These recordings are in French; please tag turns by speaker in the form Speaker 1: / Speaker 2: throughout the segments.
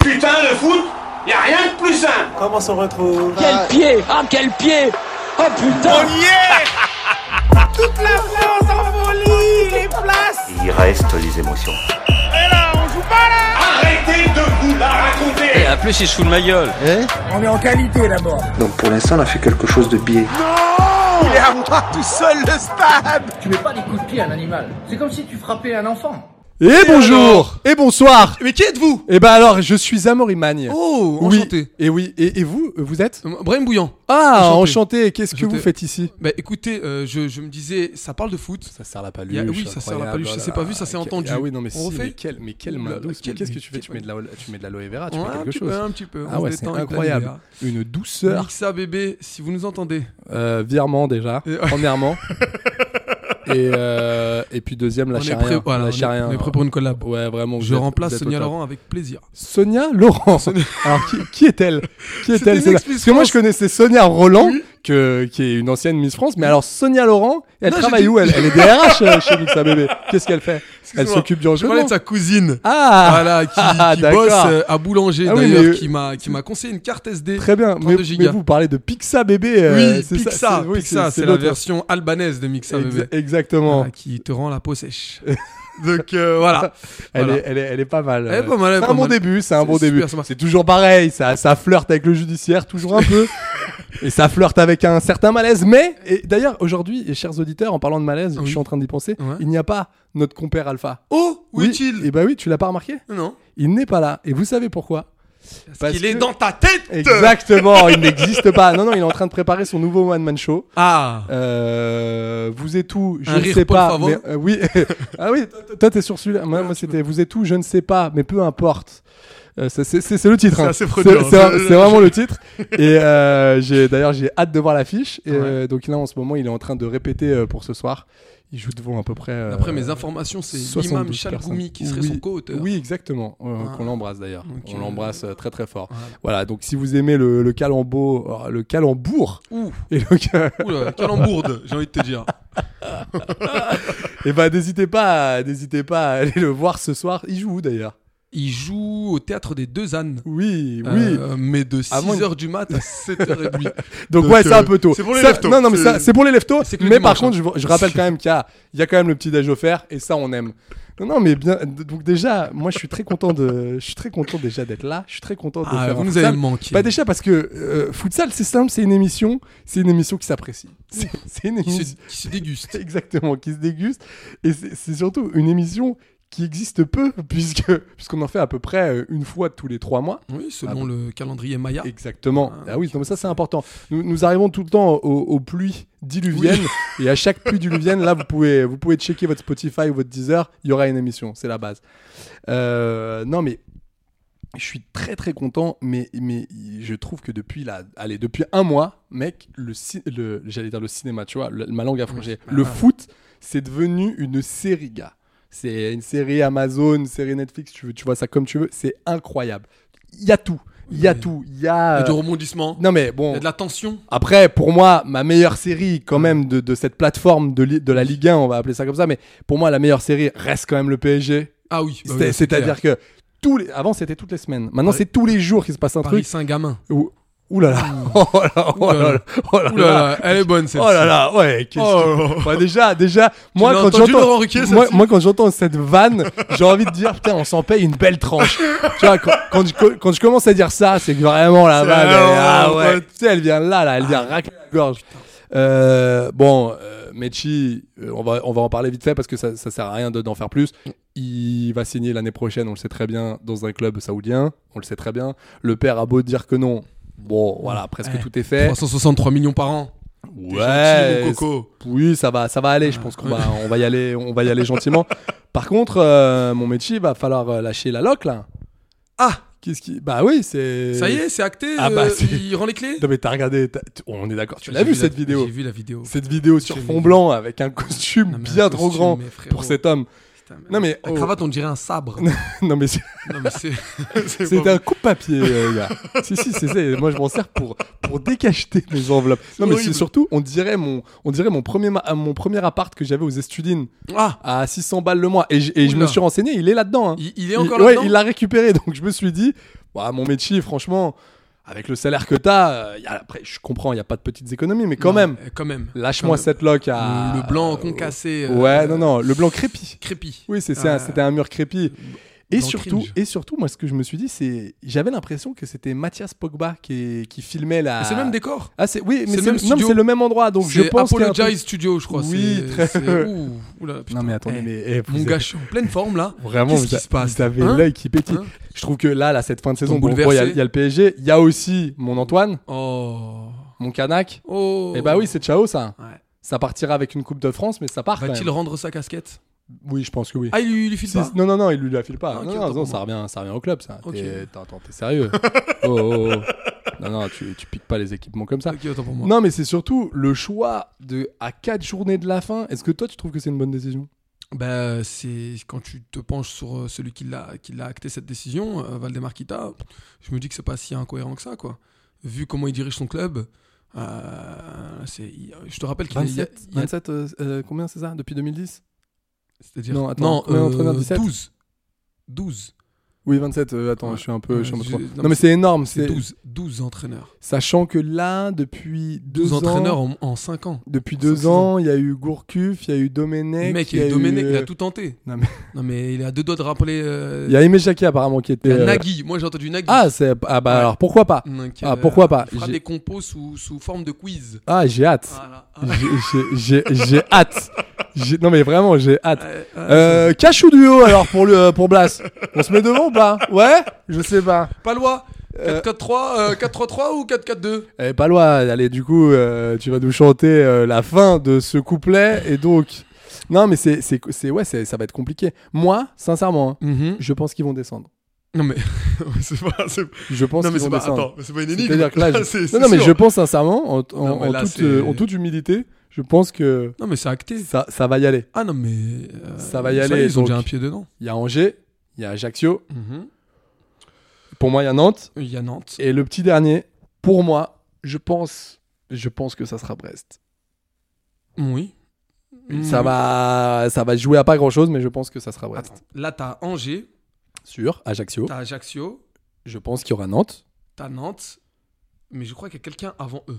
Speaker 1: Putain, le foot, y a rien de plus simple.
Speaker 2: Comment on se retrouve
Speaker 3: Quel pied Ah, quel pied Oh putain
Speaker 4: y est Toute la France en folie Les places
Speaker 5: Il reste les émotions.
Speaker 4: Et là, on joue pas là
Speaker 1: Arrêtez de vous la raconter.
Speaker 6: En plus, il se fout de ma gueule.
Speaker 4: On est en qualité d'abord
Speaker 7: Donc pour l'instant, on a fait quelque chose de biais.
Speaker 4: Il est à moi tout seul le stade
Speaker 8: Tu mets pas des coups de pied à un animal. C'est comme si tu frappais un enfant.
Speaker 9: Et, bonjour Et bonsoir
Speaker 10: Mais qui êtes-vous
Speaker 9: Et ben alors, je suis Amaury Magne.
Speaker 10: Oh,
Speaker 9: oui.
Speaker 10: enchanté.
Speaker 9: Et oui, et, et vous, euh, vous êtes
Speaker 10: Euh, Brahim Bouillant.
Speaker 9: Ah,
Speaker 10: Enchanté.
Speaker 9: enchanté. Qu'est-ce que
Speaker 10: Enchanté.
Speaker 9: vous faites ici
Speaker 10: Bah écoutez, euh, je, je me disais, ça parle de foot.
Speaker 9: Ça sert la
Speaker 10: Il
Speaker 9: paluche.
Speaker 10: y a- oui, ça sert la
Speaker 9: incroyable.
Speaker 10: paluche, ça s'est pas vu, ça s'est
Speaker 9: Ah,
Speaker 10: entendu.
Speaker 9: Ah oui, non mais si,
Speaker 10: On
Speaker 9: mais
Speaker 10: refait
Speaker 9: quelle, mais quelle
Speaker 10: Oula,
Speaker 9: main douce.
Speaker 10: quelle-
Speaker 9: mais Qu'est-ce que tu fais Tu mets de la, tu mets de l'aloe vera, tu
Speaker 10: Ouais,
Speaker 9: fais
Speaker 10: un
Speaker 9: quelque
Speaker 10: petit
Speaker 9: chose.
Speaker 10: peu, un petit peu.
Speaker 9: ah
Speaker 10: On
Speaker 9: ouais,
Speaker 10: se
Speaker 9: c'est
Speaker 10: détend avec la
Speaker 9: incroyable.
Speaker 10: lumière.
Speaker 9: Une douceur.
Speaker 10: Mixa bébé, si vous nous entendez.
Speaker 9: Euh, virement déjà,
Speaker 10: Et-
Speaker 9: premièrement. et, euh, et puis deuxième,
Speaker 10: on,
Speaker 9: lâchez
Speaker 10: est prêt,
Speaker 9: rien.
Speaker 10: voilà, on,
Speaker 9: lâchez
Speaker 10: est,
Speaker 9: rien.
Speaker 10: on est prêt pour une collab.
Speaker 9: Ouais, vraiment. vous
Speaker 10: je
Speaker 9: êtes- vous
Speaker 10: remplace
Speaker 9: êtes au
Speaker 10: Sonia
Speaker 9: top.
Speaker 10: Laurent avec plaisir.
Speaker 9: Sonia Laurent. Alors qui, qui est-elle
Speaker 10: C'est
Speaker 9: Qui est-elle
Speaker 10: une
Speaker 9: celle-là
Speaker 10: ex-Miss
Speaker 9: Parce que moi
Speaker 10: France.
Speaker 9: je connaissais Sonia Roland, que, qui est une ancienne Miss France, mais alors Sonia Laurent, elle
Speaker 10: Non, j'ai
Speaker 9: travaille
Speaker 10: dit-
Speaker 9: où elle Elle est DRH euh, chez Mixa Bébé. Qu'est-ce qu'elle fait Elle
Speaker 10: Excuse-moi,
Speaker 9: s'occupe du
Speaker 10: Je
Speaker 9: rangement.
Speaker 10: parlais de sa cousine.
Speaker 9: Ah,
Speaker 10: Voilà, qui,
Speaker 9: ah,
Speaker 10: qui
Speaker 9: d'accord.
Speaker 10: bosse euh, à Boulanger
Speaker 9: Ah oui,
Speaker 10: d'ailleurs,
Speaker 9: mais-
Speaker 10: qui m'a qui m'a conseillé une carte SD.
Speaker 9: Très bien. Mais,
Speaker 10: 32 gigas.
Speaker 9: mais vous parlez de Pixa Bébé. euh,
Speaker 10: oui,
Speaker 9: c'est ça,
Speaker 10: Pixa,
Speaker 9: oui,
Speaker 10: Pixa, c'est la
Speaker 9: l'autre.
Speaker 10: version albanaise de Mixa
Speaker 9: Exa-
Speaker 10: bébé. Ah,
Speaker 9: Exactement.
Speaker 10: Voilà, qui te rend la peau sèche. Donc euh, voilà. Voilà. Eh
Speaker 9: Elle,
Speaker 10: ben,
Speaker 9: est, elle, est, elle est pas mal.
Speaker 10: Elle est pas mal, elle est
Speaker 9: C'est
Speaker 10: pas
Speaker 9: un bon
Speaker 10: mal.
Speaker 9: début, c'est un
Speaker 10: C'est
Speaker 9: bon
Speaker 10: super,
Speaker 9: début.
Speaker 10: ça marche.
Speaker 9: C'est toujours pareil, ça, ça flirte avec le judiciaire, toujours un peu. Et ça flirte avec un certain malaise. Mais, et d'ailleurs, aujourd'hui, et chers auditeurs, en parlant de malaise,
Speaker 10: Oui.
Speaker 9: je suis en train d'y penser,
Speaker 10: Ouais.
Speaker 9: il n'y a pas notre compère Alpha.
Speaker 10: Oh, oui, chill.
Speaker 9: Et bah oui, tu l'as pas remarqué
Speaker 10: Non.
Speaker 9: Il n'est pas là. Et vous savez pourquoi
Speaker 10: Parce
Speaker 9: Parce
Speaker 10: qu'il
Speaker 9: que-
Speaker 10: est dans ta tête.
Speaker 9: Exactement, il n'existe pas. Non, non, il est en train de préparer son nouveau one-man show.
Speaker 10: Ah.
Speaker 9: Euh, vous et tout, je
Speaker 10: Un
Speaker 9: ne
Speaker 10: rire
Speaker 9: sais
Speaker 10: Paul
Speaker 9: pas.
Speaker 10: Favreau.
Speaker 9: mais, euh, oui, ah oui, toi- toi t'es sur celui-là. Moi, moi, c'était vous et tout, je ne sais pas, mais peu importe. Euh, ça, c'est c'est- c'est le titre.
Speaker 10: C'est
Speaker 9: hein.
Speaker 10: assez
Speaker 9: C'est
Speaker 10: fraudeux, hein.
Speaker 9: c'est- c'est vraiment le titre. Et euh, j'ai- d'ailleurs, j'ai hâte de voir l'affiche. Et euh, donc là, en ce moment, il est en train de répéter euh, pour ce soir. Il joue devant à peu près. euh,
Speaker 10: D'après mes informations, c'est
Speaker 9: 72
Speaker 10: l'imam
Speaker 9: personnes.
Speaker 10: Chalgoumi qui serait
Speaker 9: Oui,
Speaker 10: son co-auteur.
Speaker 9: Oui, exactement. Euh,
Speaker 10: Ah.
Speaker 9: Qu'on l'embrasse d'ailleurs.
Speaker 10: Donc,
Speaker 9: On
Speaker 10: euh,
Speaker 9: l'embrasse euh, très très fort.
Speaker 10: voilà.
Speaker 9: Voilà. Donc si vous aimez le, le calembo, euh, le calembour
Speaker 10: Ouh,
Speaker 9: et le ca-
Speaker 10: oula, calembourde, j'ai envie de te dire.
Speaker 9: Eh ben, n'hésitez pas, à- n'hésitez pas à aller le voir ce soir. Il joue où, d'ailleurs
Speaker 10: Il joue au théâtre des deux ânes.
Speaker 9: Oui, oui.
Speaker 10: Euh, mais de
Speaker 9: Avant,
Speaker 10: 6h du mat à 7h30.
Speaker 9: donc,
Speaker 10: donc,
Speaker 9: ouais, c'est
Speaker 10: euh,
Speaker 9: un peu tôt.
Speaker 10: c'est pour les
Speaker 9: Ça-
Speaker 10: leftos.
Speaker 9: Non, non, mais
Speaker 10: C'est-
Speaker 9: ça, c'est pour les leftos.
Speaker 10: C'est que le
Speaker 9: Mais par
Speaker 10: dimanche,
Speaker 9: contre, je, je rappelle quand même qu'il y a, il y a quand même le petit déj offert et ça, on aime. Non, non, mais bien. Donc déjà, moi, je suis très content de, je suis très content déjà d'être là. Je suis très content de
Speaker 10: Ah,
Speaker 9: faire
Speaker 10: vous
Speaker 9: un
Speaker 10: nous
Speaker 9: futsal.
Speaker 10: avez manqué.
Speaker 9: Bah déjà parce que euh, futsal, c'est simple, c'est une émission, c'est une émission qui s'apprécie. C'est c'est une
Speaker 10: qui,
Speaker 9: émission.
Speaker 10: se, qui se déguste.
Speaker 9: Exactement, qui se déguste. Et c'est c'est surtout une émission qui existe peu, puisque puisqu'on en fait à peu près euh, une fois tous les trois mois.
Speaker 10: Oui, selon le calendrier Maya.
Speaker 9: Exactement.
Speaker 10: Ah,
Speaker 9: Ah, oui, non, mais ça c'est important. Nous, nous arrivons tout le temps aux, aux pluies diluviennes. Et à chaque pluie diluvienne, là, vous pouvez, vous pouvez checker votre Spotify ou votre Deezer. Il y aura une émission. C'est la base. Euh, non, mais je suis très très content. Mais, mais je trouve que depuis là, allez, depuis un mois, mec, le, ci- le j'allais dire le cinéma, tu vois, le- ma langue a frangé.
Speaker 10: bah,
Speaker 9: Le
Speaker 10: ouais.
Speaker 9: foot, c'est devenu une série, gars. C'est une série Amazon, une série Netflix, tu, veux, tu vois ça comme tu veux. C'est incroyable. Il y a tout. Il y a
Speaker 10: Oui.
Speaker 9: tout. Il
Speaker 10: Il
Speaker 9: y
Speaker 10: y
Speaker 9: a.
Speaker 10: a du rebondissement.
Speaker 9: euh, Non mais
Speaker 10: Il y
Speaker 9: bon.
Speaker 10: a de la Mm. tension.
Speaker 9: Après, pour moi, ma meilleure série quand même de, de cette plateforme de, li- de la Ligue 1, on va appeler ça comme ça, mais pour moi, la meilleure série reste quand même le PSG.
Speaker 10: Ah oui. bah oui,
Speaker 9: C'est-
Speaker 10: clair.
Speaker 9: C'est-à-dire que tous les... avant, c'était toutes les semaines. Maintenant,
Speaker 10: Paris-
Speaker 9: c'est tous les jours qu'il se passe un
Speaker 10: Paris
Speaker 9: truc.
Speaker 10: Saint-Gamin.
Speaker 9: Ouh Ouh là là. Oh là là. Oh là là. Oh là
Speaker 10: Ouh là
Speaker 9: là.
Speaker 10: là, elle est bonne celle-ci.
Speaker 9: Oh là là. Ouais. qu'est-ce que-
Speaker 10: Oh.
Speaker 9: Bah, déjà, déjà, moi
Speaker 10: l'as
Speaker 9: quand
Speaker 10: entendu,
Speaker 9: j'entends
Speaker 10: Laurent Ruquier,
Speaker 9: moi,
Speaker 10: celle-ci
Speaker 9: moi, quand j'entends cette vanne, j'ai envie de dire putain, on s'en paye une belle tranche. tu vois, quand, quand je, quand je commence à dire ça, c'est que vraiment la
Speaker 10: C'est
Speaker 9: vanne, elle,
Speaker 10: vraiment Ah.
Speaker 9: ah
Speaker 10: la
Speaker 9: ouais,
Speaker 10: vanne.
Speaker 9: tu sais, elle vient là, là, elle vient racler la gorge. Euh, bon, euh, Mechi, euh, on va on va en parler vite fait parce que ça ça sert à rien de- d'en faire plus. Il va signer l'année prochaine, on le sait très bien, dans un club saoudien, on le sait très bien. Le père a beau dire que non. Bon, voilà, presque
Speaker 10: Ouais.
Speaker 9: tout est fait.
Speaker 10: 363 millions par an. T'es gentil, mon coco.
Speaker 9: Oui, ça va, ça va aller. Je
Speaker 10: Ah,
Speaker 9: pense qu'on va, on va y aller, on va y aller gentiment. Par contre, euh, mon métier, va falloir euh, lâcher la loque là. Ah, qu'est-ce qui Bah oui, c'est.
Speaker 10: Ça y est, c'est acté.
Speaker 9: Ah bah,
Speaker 10: euh,
Speaker 9: c'est-
Speaker 10: il rend les clés.
Speaker 9: Non mais t'as regardé, t'as- t- on est d'accord. Tu l'as
Speaker 10: J'ai
Speaker 9: vu, cette
Speaker 10: la-
Speaker 9: vidéo
Speaker 10: J'ai vu la vidéo.
Speaker 9: Cette vidéo sur
Speaker 10: J'ai vu.
Speaker 9: fond blanc avec un costume
Speaker 10: Non, mais un
Speaker 9: bien trop
Speaker 10: costume,
Speaker 9: grand
Speaker 10: mais frérot.
Speaker 9: pour cet homme.
Speaker 10: Putain, mais-
Speaker 9: Non, mais-
Speaker 10: La
Speaker 9: oh.
Speaker 10: cravate, on dirait un sabre.
Speaker 9: Non mais c'est
Speaker 10: non, mais c'est. c'est
Speaker 9: c'est
Speaker 10: pas-
Speaker 9: un coupe-papier, euh, gars. si si, c'est ça. Moi je m'en sers pour pour décacheter mes enveloppes. Non mais c'est
Speaker 10: horrible.
Speaker 9: surtout, on dirait mon, on dirait mon premier, ma- mon premier appart que j'avais aux Estudines.
Speaker 10: Ah
Speaker 9: à 600 balles le mois. Et, je- et je
Speaker 10: Oula.
Speaker 9: me suis renseigné, il est là-dedans. hein.
Speaker 10: il, il est encore
Speaker 9: Il- ouais,
Speaker 10: là-dedans
Speaker 9: il l'a récupéré. Donc je me suis dit, Bah, mon métier, franchement, avec le salaire que t'as, euh, y a- après, je comprends, il n'y a pas de petites économies, mais quand
Speaker 10: Non,
Speaker 9: même,
Speaker 10: euh, Quand même.
Speaker 9: lâche-moi
Speaker 10: Quand
Speaker 9: cette loque
Speaker 10: même.
Speaker 9: à.
Speaker 10: Le blanc
Speaker 9: euh,
Speaker 10: concassé. euh,
Speaker 9: Ouais, non, non, le blanc crépi.
Speaker 10: Crépi.
Speaker 9: Oui, c'est- c'est un-
Speaker 10: Euh,
Speaker 9: c'était un mur crépi. Et
Speaker 10: blanc
Speaker 9: surtout,
Speaker 10: cringe.
Speaker 9: et surtout, moi, ce que je me suis dit, c'est. J'avais l'impression que c'était Mathias Pogba qui, qui filmait la.
Speaker 10: Et C'est le même décor.
Speaker 9: Ah, c'est. Oui, mais
Speaker 10: C'est le
Speaker 9: c'est
Speaker 10: même
Speaker 9: non, mais
Speaker 10: studio.
Speaker 9: c'est le même endroit, donc je
Speaker 10: C'est
Speaker 9: pense qu'il y a un
Speaker 10: Apologize
Speaker 9: truc-
Speaker 10: Studio, je crois.
Speaker 9: Oui,
Speaker 10: c'est-
Speaker 9: très-
Speaker 10: c'est- ouh, oula, putain.
Speaker 9: Non, mais attendez,
Speaker 10: Eh,
Speaker 9: mais. eh, vous
Speaker 10: Mon
Speaker 9: êtes-
Speaker 10: gars, je suis en pleine forme là.
Speaker 9: Vraiment,
Speaker 10: Qu'est-ce
Speaker 9: vous,
Speaker 10: qui
Speaker 9: a-
Speaker 10: se passe
Speaker 9: vous avez
Speaker 10: Hein
Speaker 9: l'œil qui pétille.
Speaker 10: Hein
Speaker 9: je trouve que là, là, cette fin de saison,
Speaker 10: Ton
Speaker 9: bon, bon, il y, a-
Speaker 10: bouleversé.
Speaker 9: il y a le PSG, il y a aussi mon Antoine,
Speaker 10: Oh.
Speaker 9: mon Kanak.
Speaker 10: Oh.
Speaker 9: Et bah oui, c'est ciao ça.
Speaker 10: Ouais.
Speaker 9: Ça partira avec une Coupe de France, mais ça part. quand
Speaker 10: Va-t-il
Speaker 9: même.
Speaker 10: rendre sa casquette
Speaker 9: Oui, je pense que oui.
Speaker 10: Ah, il lui, il lui file
Speaker 9: Si-
Speaker 10: pas.
Speaker 9: non, non, non, il lui la file pas.
Speaker 10: Ah, ok,
Speaker 9: non, non,
Speaker 10: autant
Speaker 9: non,
Speaker 10: pour
Speaker 9: ça, revient, ça revient au club, ça.
Speaker 10: Ok.
Speaker 9: T'es- Attends, attends, t'es sérieux oh, oh, oh. Non, non, tu, tu piques pas les équipements comme ça.
Speaker 10: Ok, autant pour moi.
Speaker 9: Non, mais c'est surtout le choix de à 4 journées de la fin. Est-ce que toi, tu trouves que c'est une bonne décision
Speaker 10: Bah, c'est quand tu te penches sur euh, celui qui l'a qui l'a acté cette décision, euh, Valdemar Kita, je me dis que c'est pas si incohérent que ça, quoi. Vu comment il dirige son club, euh, c'est- il- je te rappelle qu'il y a- il y a, il y a- euh,
Speaker 9: combien c'est ça Depuis 2010
Speaker 10: c'est-à-dire euh,
Speaker 9: Non, attends, combien d'entraîneurs, 17?
Speaker 10: 12. 12.
Speaker 9: Oui, 27. euh, attends,
Speaker 10: Ouais.
Speaker 9: je suis un peu. je suis un peu
Speaker 10: Ouais,
Speaker 9: trop-
Speaker 10: je-
Speaker 9: Non, mais c'est énorme.
Speaker 10: C'est
Speaker 9: C'est
Speaker 10: 12, 12 entraîneurs.
Speaker 9: Sachant que là, depuis
Speaker 10: 12
Speaker 9: deux ans,
Speaker 10: entraîneurs en, 5 ans.
Speaker 9: depuis
Speaker 10: cinq
Speaker 9: deux
Speaker 10: saisons.
Speaker 9: ans, il y a eu Gourcuff, il y a eu
Speaker 10: Le
Speaker 9: Domenech.
Speaker 10: mec, il, est Domenech, il a
Speaker 9: euh,
Speaker 10: tout tenté.
Speaker 9: Non, mais-
Speaker 10: il est à deux doigts de rappeler. euh,
Speaker 9: Il y a Aimé Jacquet apparemment qui était.
Speaker 10: il y a
Speaker 9: euh,
Speaker 10: Nagui. Moi, j'ai entendu Nagui.
Speaker 9: Ah, c'est ah bah
Speaker 10: Ouais.
Speaker 9: alors pourquoi pas
Speaker 10: Donc, euh,
Speaker 9: ah, pourquoi pas.
Speaker 10: Il fera
Speaker 9: J'ai-
Speaker 10: des compos sous, sous forme de quiz.
Speaker 9: Ah, j'ai hâte.
Speaker 10: Voilà.
Speaker 9: J'ai- j'ai- J'ai j'ai hâte. J'ai- Non mais vraiment, j'ai hâte.
Speaker 10: Ouais, ouais.
Speaker 9: Euh, cash ou duo alors pour le euh, pour Blas On se met devant ou pas Ouais Je sais pas.
Speaker 10: Palois
Speaker 9: Euh,
Speaker 10: 4-4-3, euh, 4-3-3 ou 4-4-2
Speaker 9: Eh, pas loin. Allez, du coup, euh, tu vas nous chanter euh, la fin de ce couplet et donc. Non mais c'est c'est c'est- ouais, c'est- ça va être compliqué. Moi, sincèrement, hein, je pense qu'ils vont descendre.
Speaker 10: Non mais c'est pas, c'est-
Speaker 9: Je pense
Speaker 10: non mais
Speaker 9: qu'ils
Speaker 10: c'est
Speaker 9: vont
Speaker 10: pas,
Speaker 9: descendre.
Speaker 10: attends, c'est pas une énigme.
Speaker 9: C'est-à-dire que là, je-
Speaker 10: c'est- c'est
Speaker 9: non, non, mais
Speaker 10: sûr.
Speaker 9: je pense sincèrement, en, en-
Speaker 10: Non, mais
Speaker 9: en
Speaker 10: là,
Speaker 9: toute,
Speaker 10: c'est-
Speaker 9: euh, en toute humilité, je pense que
Speaker 10: Non mais c'est acté.
Speaker 9: ça, ça va y aller.
Speaker 10: Ah non mais euh,
Speaker 9: Ça va y
Speaker 10: ça,
Speaker 9: aller,
Speaker 10: Ils ont
Speaker 9: donc. Mhm.
Speaker 10: déjà un pied dedans.
Speaker 9: Il y a Angers, il y a Ajaccio, pour moi il y a Nantes,
Speaker 10: Il y a Nantes.
Speaker 9: et le petit dernier, pour moi, je pense, je pense que ça sera Brest.
Speaker 10: Mm, Oui. Hmm. Mm,
Speaker 9: Ça va, ça va jouer à pas grand chose, mais je pense que ça sera Brest.
Speaker 10: Attends, là t'as Angers,
Speaker 9: Sur Ajaccio,
Speaker 10: t'as Ajaccio,
Speaker 9: je pense qu'il y aura Nantes.
Speaker 10: t'as Nantes, mais je crois qu'il y a quelqu'un avant eux.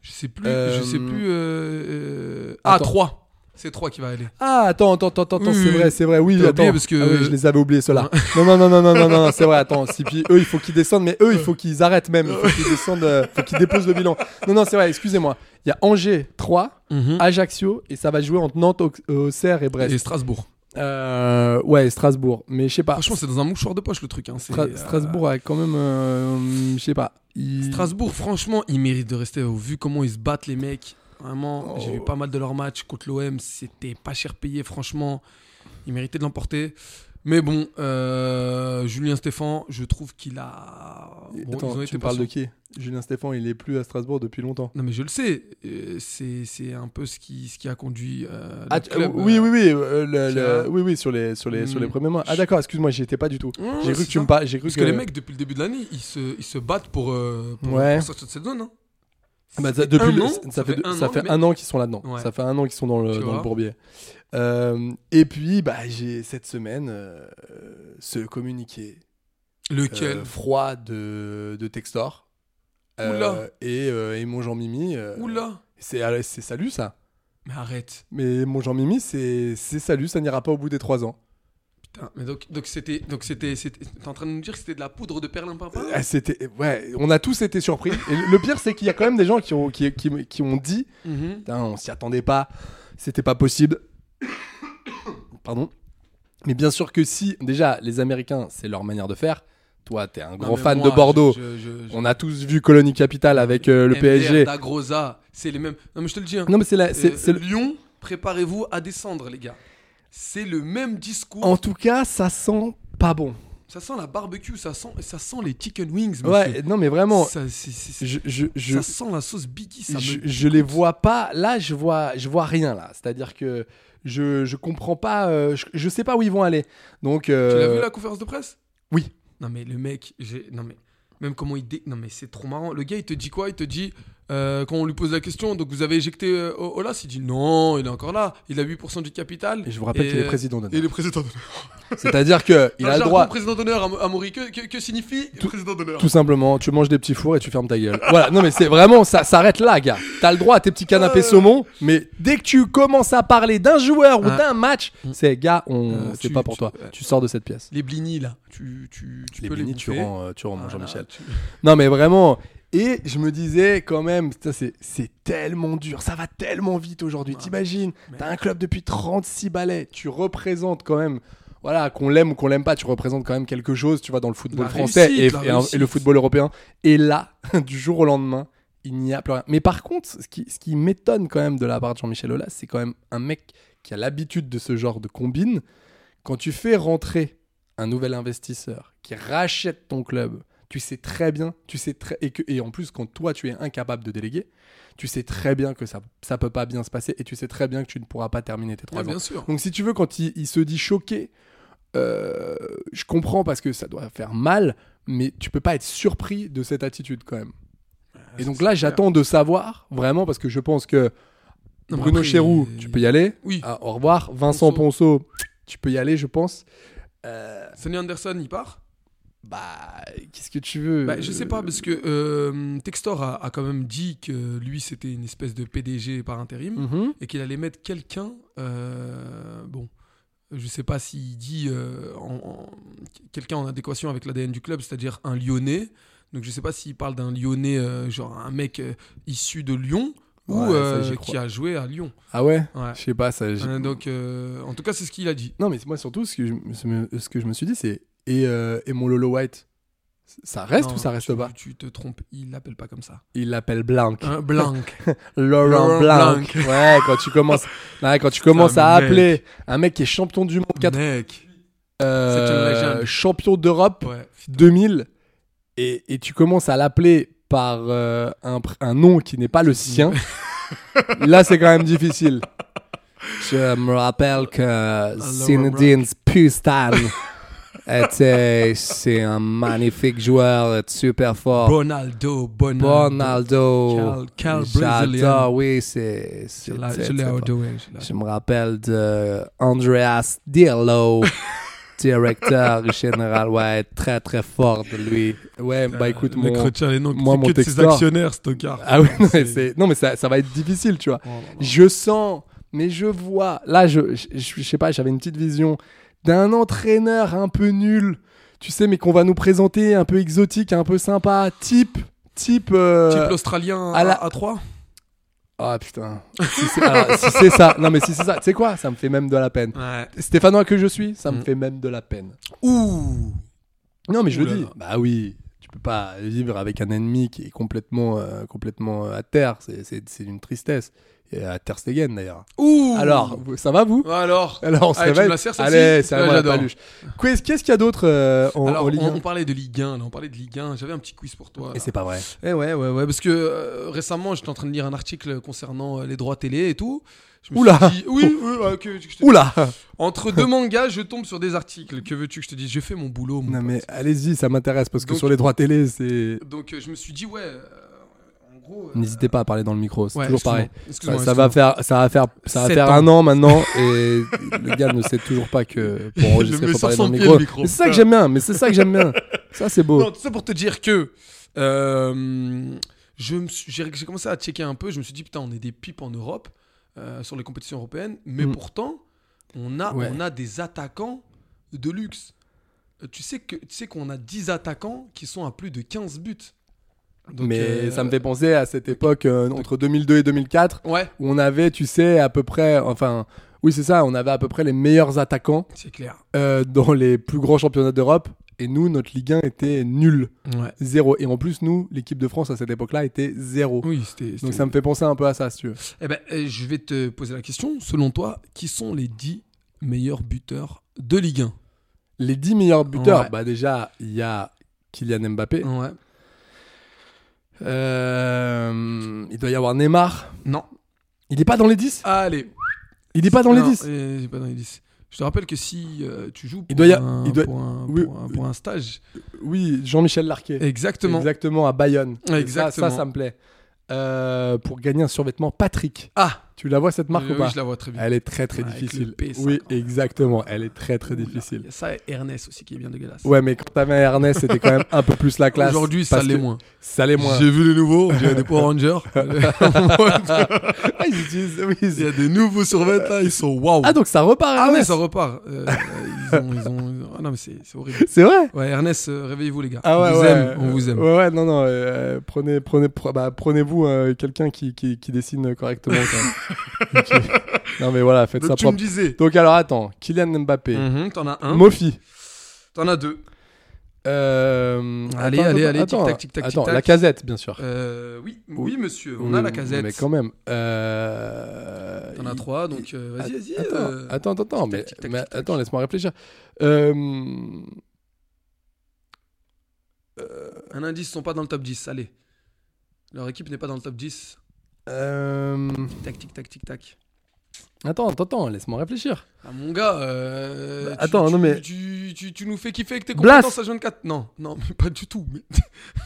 Speaker 10: Je sais plus.
Speaker 9: Euh,
Speaker 10: Je sais plus. euh, euh, Ah
Speaker 9: attends.
Speaker 10: 3 C'est 3 qui va aller.
Speaker 9: Ah attends, attends, attends, attends,
Speaker 10: Oui,
Speaker 9: c'est
Speaker 10: oui,
Speaker 9: vrai,
Speaker 10: oui.
Speaker 9: c'est vrai, oui,
Speaker 10: Hmm. T'as
Speaker 9: attends.
Speaker 10: oublié parce que-
Speaker 9: Ah oui, je les avais oubliés ceux-là. non, non, non, non, non, non, non, non, c'est vrai, attends, si puis eux, il faut qu'ils descendent, mais eux, il faut qu'ils arrêtent même, il faut qu'ils descendent, euh, faut qu'ils déposent le bilan. Non, non, c'est vrai, excusez-moi. Il y a Angers 3, Ajaccio, et ça va jouer entre Nantes, Aux- Auxerre et Brest.
Speaker 10: Et Strasbourg.
Speaker 9: Euh, ouais, Strasbourg, mais je sais pas.
Speaker 10: Franchement, c'est dans un mouchoir de poche le truc. hein, c'est,
Speaker 9: Ah. Stra-
Speaker 10: euh,
Speaker 9: Strasbourg a quand même, euh, je sais pas. Il-
Speaker 10: Strasbourg, franchement, ils méritent de rester. au- Vu comment ils se battent, les mecs. Vraiment, j'ai
Speaker 9: Oh.
Speaker 10: vu pas mal de leurs matchs contre l'OM. C'était pas cher payé, franchement. Ils méritaient de l'emporter. Mais bon, euh, Julien Stéphan, je trouve qu'il a. Bon,
Speaker 9: Attends,
Speaker 10: ils ont
Speaker 9: tu
Speaker 10: été
Speaker 9: me parles
Speaker 10: patients.
Speaker 9: de qui Julien Stéphane, il est plus à Strasbourg depuis longtemps.
Speaker 10: Non, mais je le sais. euh, c'est c'est un peu ce qui, ce qui a conduit. euh,
Speaker 9: Ah,
Speaker 10: notre
Speaker 9: tu-
Speaker 10: club,
Speaker 9: oui,
Speaker 10: euh,
Speaker 9: oui, oui, euh, le-
Speaker 10: qui
Speaker 9: le-
Speaker 10: a-
Speaker 9: oui, oui, sur les, sur les, sur les
Speaker 10: Hmm.
Speaker 9: premiers mois. Ah d'accord, excuse-moi, j'y étais pas du tout.
Speaker 10: Mmh,
Speaker 9: J'ai cru
Speaker 10: c'est
Speaker 9: que tu me
Speaker 10: ça.
Speaker 9: parles. J'ai cru
Speaker 10: Parce que les mecs, depuis le début de l'année, ils se, ils se battent pour, euh, pour,
Speaker 9: Ouais.
Speaker 10: pour sortir de cette zone. hein.
Speaker 9: Bah,
Speaker 10: Ça
Speaker 9: ça,
Speaker 10: fait
Speaker 9: depuis
Speaker 10: un
Speaker 9: le-
Speaker 10: an,
Speaker 9: ça, fait, deux- ça
Speaker 10: an,
Speaker 9: fait
Speaker 10: les
Speaker 9: un
Speaker 10: mecs.
Speaker 9: an qu'ils sont là-dedans.
Speaker 10: Ouais.
Speaker 9: Ça fait un an qu'ils sont dans le,
Speaker 10: Tu
Speaker 9: dans le
Speaker 10: vois.
Speaker 9: bourbier. Euh, et puis, bah, j'ai cette semaine euh, ce communiqué euh,
Speaker 10: Lequel
Speaker 9: froid de, de Textor. Euh,
Speaker 10: Oula.
Speaker 9: et, euh, et mon Jean Mimi. euh,
Speaker 10: Oula
Speaker 9: c'est ah, c'est salut ça.
Speaker 10: Mais arrête.
Speaker 9: Mais mon Jean Mimi, c'est c'est salut, ça n'ira pas au bout des trois ans.
Speaker 10: Putain, mais donc donc c'était donc c'était c'était- t'es en train de nous dire que c'était de la poudre de perlimpinpin
Speaker 9: Ah, C'était ouais, on a tous été surpris. Et le pire, c'est qu'il y a quand même des gens qui ont qui, qui, qui ont dit
Speaker 10: Mhm.
Speaker 9: Putain, on s'y attendait pas, c'était pas possible. Pardon. Mais bien sûr que si, déjà, les Américains, c'est leur manière de faire. Toi, t'es un
Speaker 10: Non,
Speaker 9: grand
Speaker 10: mais
Speaker 9: fan
Speaker 10: moi,
Speaker 9: de Bordeaux.
Speaker 10: je- je- je-
Speaker 9: On a tous vu Colonie Capitale avec euh, le
Speaker 10: MDR,
Speaker 9: PSG.
Speaker 10: Dagrosa, c'est les mêmes. Non mais je te le dis. hein.
Speaker 9: Non, mais c'est la- c'est-
Speaker 10: Euh,
Speaker 9: c'est le-
Speaker 10: Lyon, préparez-vous à descendre les gars. C'est le même discours.
Speaker 9: En tout cas, ça sent pas bon.
Speaker 10: Ça sent la barbecue, ça sent ça sent les chicken wings.
Speaker 9: Ouais,
Speaker 10: monsieur.
Speaker 9: non, mais vraiment,
Speaker 10: Ça, c'est- c'est- c'est-
Speaker 9: je, je, je,
Speaker 10: ça sent la sauce Biggie. Ça me
Speaker 9: je, je les vois pas. Là, je vois, je vois rien, là. C'est-à-dire que je, je comprends pas, euh, je, je sais pas où ils vont aller. Donc,
Speaker 10: Tu l'as
Speaker 9: euh,
Speaker 10: vu la conférence de presse
Speaker 9: oui.
Speaker 10: Non mais le mec, j'ai non mais même comment il dé... non mais c'est trop marrant. Le gars il te dit quoi Il te dit Euh, quand on lui pose la question, donc vous avez éjecté euh, O- Olas, il dit non, il est encore là, il a 8% du capital.
Speaker 9: Et je vous rappelle qu'il est président d'honneur.
Speaker 10: Il est président d'honneur.
Speaker 9: C'est-à-dire que il
Speaker 10: Dans
Speaker 9: a le
Speaker 10: jargon,
Speaker 9: droit.
Speaker 10: président d'honneur, Am- Amaury, que, que, que signifie président d'honneur
Speaker 9: Tout simplement, tu manges des petits fours et tu fermes ta gueule. Voilà, non mais c'est vraiment, ça s'arrête là, gars. T'as le droit à tes petits
Speaker 10: Euh.
Speaker 9: canapés saumon, mais dès que tu commences à parler d'un joueur ou
Speaker 10: Ah.
Speaker 9: d'un match, c'est gars, on,
Speaker 10: Euh,
Speaker 9: c'est
Speaker 10: tu-
Speaker 9: pas pour
Speaker 10: tu-
Speaker 9: toi.
Speaker 10: ouais.
Speaker 9: Tu sors de cette pièce.
Speaker 10: Les blinis là, tu, tu, tu
Speaker 9: les
Speaker 10: peux
Speaker 9: bénis,
Speaker 10: les
Speaker 9: tu
Speaker 10: bouffer. Ah.
Speaker 9: rends, euh, tu rends, mon
Speaker 10: Voilà,
Speaker 9: Jean-Michel.
Speaker 10: tu-
Speaker 9: Non, mais vraiment. Et je me disais quand même, putain, c'est, c'est tellement dur, ça va tellement vite aujourd'hui. T'imagines, t'as un club depuis 36 balais, tu représentes quand même, voilà, qu'on l'aime ou qu'on l'aime pas, tu représentes quand même quelque chose, tu vois, dans le football
Speaker 10: La
Speaker 9: français et-
Speaker 10: réussite, la
Speaker 9: et, et
Speaker 10: réussite.
Speaker 9: le football européen. Et là, du jour au lendemain, il n'y a plus rien. Mais par contre, ce qui, ce qui m'étonne quand même de la part de Jean-Michel Aulas, c'est quand même un mec qui a l'habitude de ce genre de combine. Quand tu fais rentrer un nouvel investisseur qui rachète ton club, tu sais très bien, tu sais très et, que, et en plus quand toi tu es incapable de déléguer, tu sais très bien que ça ça peut pas bien se passer et tu sais très bien que tu ne pourras pas terminer tes trois
Speaker 10: Ouais,
Speaker 9: ans.
Speaker 10: Ah, bien sûr.
Speaker 9: Donc si tu veux, quand il, il se dit choqué, euh, je comprends parce que ça doit faire mal, mais tu peux pas être surpris de cette attitude quand même.
Speaker 10: Ah,
Speaker 9: Et donc là, j'attends de savoir vraiment parce que je pense que
Speaker 10: Non, mais
Speaker 9: Bruno
Speaker 10: après,
Speaker 9: Chéroux,
Speaker 10: il-
Speaker 9: tu peux y aller.
Speaker 10: Oui.
Speaker 9: Ah, au revoir. Vincent Ponceau. tu peux y aller, je pense. Ah.
Speaker 10: Sonny Anderson, il part
Speaker 9: Bah, qu'est-ce que tu veux
Speaker 10: Bah, Je sais pas, parce que euh, Textor a, a quand même dit que lui, c'était une espèce de PDG par intérim
Speaker 9: Mhm.
Speaker 10: et qu'il allait mettre quelqu'un. euh, bon, je sais pas s'il dit euh, en- en- quelqu'un en adéquation avec l'ADN du club, c'est-à-dire un Lyonnais. Donc je sais pas s'il parle d'un Lyonnais, euh, genre un mec euh, issu de Lyon ou
Speaker 9: Ouais, ça, j'y
Speaker 10: euh, qui
Speaker 9: crois.
Speaker 10: a joué à Lyon.
Speaker 9: Ah ouais,
Speaker 10: Ouais.
Speaker 9: Je sais pas, ça. j'ai-
Speaker 10: Euh, donc, euh, en tout cas, c'est ce qu'il a dit.
Speaker 9: Non, mais moi surtout, ce que je, me- ce me- ce que je me suis dit, c'est et, euh, et mon Lolo White, ça reste
Speaker 10: Non,
Speaker 9: ou ça reste
Speaker 10: tu-
Speaker 9: pas
Speaker 10: Tu te trompes, il l'appelle pas comme ça.
Speaker 9: Il l'appelle Blanc.
Speaker 10: Un blanc. Ah. Laurent
Speaker 9: Laurent Blanc. ouais, quand tu commences, ouais, quand tu commences
Speaker 10: Putain,
Speaker 9: à
Speaker 10: mec.
Speaker 9: appeler un mec qui est champion du monde, quatre-
Speaker 10: Mec.
Speaker 9: euh,
Speaker 10: c'est une légende.
Speaker 9: champion d'Europe
Speaker 10: Ouais.
Speaker 9: 2000, et, et tu commences à l'appeler par euh, un, pr- un nom qui n'est pas le sien, là c'est quand même difficile. Je me rappelle que Zinedine Pustan était c'est un magnifique joueur, super fort.
Speaker 10: Ronaldo, Bonaldo.
Speaker 9: Oh. Bonaldo.
Speaker 10: Cal- Cal Brazilian.
Speaker 9: J'adore, oui, c'est. c'est-
Speaker 10: Je l'ai-
Speaker 9: c'est-
Speaker 10: je l'ai
Speaker 9: c'est bon.
Speaker 10: adoré, je l'ai
Speaker 9: Je me rappelle de Andreas Diallo, directeur général. Ouais, très très fort de lui. Ouais, bah écoute,
Speaker 10: Le
Speaker 9: mon.
Speaker 10: Chrétien, Euh, les noms,
Speaker 9: moi,
Speaker 10: c'est
Speaker 9: mon
Speaker 10: que de ses
Speaker 9: Textor.
Speaker 10: actionnaires, ce tocard.
Speaker 9: Ah oui, non, mais,
Speaker 10: C'est-
Speaker 9: c'est- non, mais ça, ça va être difficile, tu vois.
Speaker 10: Oh là là.
Speaker 9: Je sens, mais je vois. Là, je, je, je sais pas, j'avais une petite vision d'un entraîneur un peu nul, tu sais, mais qu'on va nous présenter un peu exotique, un peu sympa, type. Type. euh,
Speaker 10: Type l'Australien
Speaker 9: à
Speaker 10: à,
Speaker 9: la-
Speaker 10: à 3
Speaker 9: Ah putain. Si c'est alors, si c'est ça. Non mais si c'est ça, tu sais quoi Ça me fait même de la peine.
Speaker 10: Ouais.
Speaker 9: Stéphanois que je suis, ça me
Speaker 10: Mm.
Speaker 9: fait même de la peine.
Speaker 10: Ouh
Speaker 9: Non mais je
Speaker 10: Ouh
Speaker 9: le
Speaker 10: là
Speaker 9: dis.
Speaker 10: là.
Speaker 9: Bah oui, tu peux pas vivre avec un ennemi qui est complètement, euh, complètement euh, à terre. C'est- C'est c'est une tristesse. Et à Ter Stegen d'ailleurs.
Speaker 10: Ouh
Speaker 9: Alors, vous- ça va vous
Speaker 10: Alors
Speaker 9: Alors on se
Speaker 10: Ah, tu me
Speaker 9: réveille.
Speaker 10: la sers, celle-ci
Speaker 9: Allez, c'est à
Speaker 10: Ouais,
Speaker 9: moi la
Speaker 10: j'adore.
Speaker 9: paluche. Qu'est-ce qu'est-ce qu'il y a d'autre euh, en,
Speaker 10: Alors,
Speaker 9: en Ligue
Speaker 10: on,
Speaker 9: 1
Speaker 10: on parlait de Ligue 1, là, on parlait de Ligue 1, j'avais un petit quiz pour toi.
Speaker 9: Et
Speaker 10: là.
Speaker 9: c'est pas vrai.
Speaker 10: Eh ouais, ouais, ouais, parce que euh, récemment, j'étais en train de lire un article concernant euh, les droits télé et tout. Je me
Speaker 9: Oula.
Speaker 10: suis dit, oui, oui, ouais, que, que je te-
Speaker 9: Oula
Speaker 10: Entre deux mangas, je tombe sur des articles. Que veux-tu que je te dise J'ai fait mon boulot. Mon
Speaker 9: Non
Speaker 10: pote.
Speaker 9: mais allez-y, ça m'intéresse parce que
Speaker 10: Donc-
Speaker 9: sur les droits télé, c'est.
Speaker 10: Donc, euh, je me suis dit, ouais, euh, en gros. euh,
Speaker 9: N'hésitez pas à parler dans le micro, c'est
Speaker 10: ouais,
Speaker 9: toujours
Speaker 10: excuse-moi,
Speaker 9: pareil.
Speaker 10: excuse-moi,
Speaker 9: Ça, ça va
Speaker 10: excuse-moi.
Speaker 9: faire, ça va faire, ça va
Speaker 10: Sept
Speaker 9: faire
Speaker 10: ans.
Speaker 9: un an maintenant et le gars ne sait toujours pas que pour enregistrer
Speaker 10: met
Speaker 9: faut
Speaker 10: sur
Speaker 9: parler
Speaker 10: son
Speaker 9: dans le
Speaker 10: pied,
Speaker 9: micro.
Speaker 10: le micro.
Speaker 9: Mais C'est ça que j'aime bien, mais c'est ça que j'aime bien. Ça c'est beau.
Speaker 10: Non, tout ça pour te dire que euh, je me suis- j'ai j'ai commencé à checker un peu. Je me suis dit, putain, on est des pipes en Europe euh, sur les compétitions européennes, mais
Speaker 9: Mm.
Speaker 10: pourtant, on a,
Speaker 9: Ouais.
Speaker 10: on a des attaquants de luxe. Euh, Tu sais que tu sais qu'on a 10 attaquants qui sont à plus de 15 buts. Donc,
Speaker 9: mais
Speaker 10: euh,
Speaker 9: ça me fait penser à cette époque euh, entre 2002 et 2004
Speaker 10: Ouais,
Speaker 9: où on avait, tu sais, à peu près, enfin, oui c'est ça, on avait à peu près les meilleurs attaquants
Speaker 10: c'est clair.
Speaker 9: euh, dans les plus grands championnats d'Europe et nous notre Ligue 1 était nul,
Speaker 10: Ouais.
Speaker 9: zéro. Et en plus nous, l'équipe de France à cette époque-là était zéro.
Speaker 10: Oui, c'était. c'était-
Speaker 9: Donc ça me fait penser un peu à ça si tu veux.
Speaker 10: Eh ben, euh, je vais te poser la question. Selon toi, qui sont les 10 meilleurs buteurs de Ligue
Speaker 9: Les 10 meilleurs buteurs,
Speaker 10: Ouais. Mm.
Speaker 9: bah déjà, il y a Kylian Mbappé.
Speaker 10: 1 Ouais.
Speaker 9: Euh, il doit y avoir Neymar.
Speaker 10: Non.
Speaker 9: Il n'est pas dans les 10
Speaker 10: Allez.
Speaker 9: Il n'est pas dans les
Speaker 10: Non,
Speaker 9: 10
Speaker 10: euh, j'ai pas dans les 10. Je te rappelle que si euh, tu joues pour,
Speaker 9: Il doit y a-
Speaker 10: un,
Speaker 9: il doit-
Speaker 10: pour un-
Speaker 9: oui,
Speaker 10: pour un- pour un stage.
Speaker 9: Oui, Jean-Michel Larquet.
Speaker 10: Exactement.
Speaker 9: à Bayonne. Et ça-
Speaker 10: Exactement.
Speaker 9: Ça, ça, me plaît. euh, pour gagner un survêtement Patrick.
Speaker 10: Ah,
Speaker 9: Tu la vois cette marque
Speaker 10: oui,
Speaker 9: ou pas
Speaker 10: je la vois très bien.
Speaker 9: Elle est très très
Speaker 10: Avec le
Speaker 9: difficile.
Speaker 10: P50.
Speaker 9: Oui, exactement. Elle est très très
Speaker 10: Oula,
Speaker 9: difficile.
Speaker 10: Il y a ça et Ernest aussi qui est bien dégueulasse.
Speaker 9: Ouais, mais quand t'avais un harnais, c'était quand même un peu plus la classe.
Speaker 10: Aujourd'hui, ça
Speaker 9: parce
Speaker 10: l'est
Speaker 9: que-
Speaker 10: moins.
Speaker 9: Ça l'est moins.
Speaker 10: J'ai vu les nouveaux, il y a des Power Rangers.
Speaker 9: Ah, ils utilisent- oui,
Speaker 10: il y
Speaker 9: ils-
Speaker 10: a des nouveaux survêtements là, ils sont waouh.
Speaker 9: Ah, donc ça repart,
Speaker 10: Ah
Speaker 9: Ernest.
Speaker 10: mais ça repart. Euh, ils ont, ils ont, ils ont- Ah non mais c'est c'est horrible.
Speaker 9: C'est vrai
Speaker 10: Ouais Ernest, euh, réveillez-vous les gars.
Speaker 9: ah ouais,
Speaker 10: on vous
Speaker 9: ouais.
Speaker 10: aime, on vous aime.
Speaker 9: Ouais, ouais, non, non. euh, prenez, prenez, pre- bah, prenez-vous euh, quelqu'un qui, qui, qui dessine correctement. quand même. Qui- Non, mais voilà, faites ça
Speaker 10: Donc tu
Speaker 9: propre.
Speaker 10: me disais.
Speaker 9: Donc alors attends, Kylian Mbappé,
Speaker 10: Mhm, T'en as un,
Speaker 9: Mofi.
Speaker 10: t'en as deux.
Speaker 9: Euh,
Speaker 10: Allez,
Speaker 9: attends,
Speaker 10: allez, allez,
Speaker 9: attends,
Speaker 10: tic-tac,
Speaker 9: attends,
Speaker 10: tic-tac,
Speaker 9: Attends,
Speaker 10: tic-tac.
Speaker 9: la casette, bien sûr.
Speaker 10: Euh, oui,
Speaker 9: Oui.
Speaker 10: oui monsieur, on a la casette.
Speaker 9: Mais quand même. Euh...
Speaker 10: T'en as
Speaker 9: il-
Speaker 10: trois, donc euh, vas-y, vas-y.
Speaker 9: Attends,
Speaker 10: euh,
Speaker 9: attends, attends,
Speaker 10: tic-tac,
Speaker 9: mais,
Speaker 10: tic-tac,
Speaker 9: mais
Speaker 10: tic-tac.
Speaker 9: attends, laisse-moi réfléchir. Euh...
Speaker 10: Un indice, ils sont pas dans le top 10, allez. Leur équipe n'est pas dans le top 10.
Speaker 9: euh,
Speaker 10: Tac, tic, tac, tic, tac.
Speaker 9: Attends, attends, attends, laisse-moi réfléchir.
Speaker 10: Ah mon gars, euh,
Speaker 9: Bah,
Speaker 10: tu-
Speaker 9: attends,
Speaker 10: tu,
Speaker 9: non, mais-
Speaker 10: Tu, tu- tu nous fais kiffer avec tes
Speaker 9: Blas
Speaker 10: compétences à 24 Non, non, mais pas du tout. mais-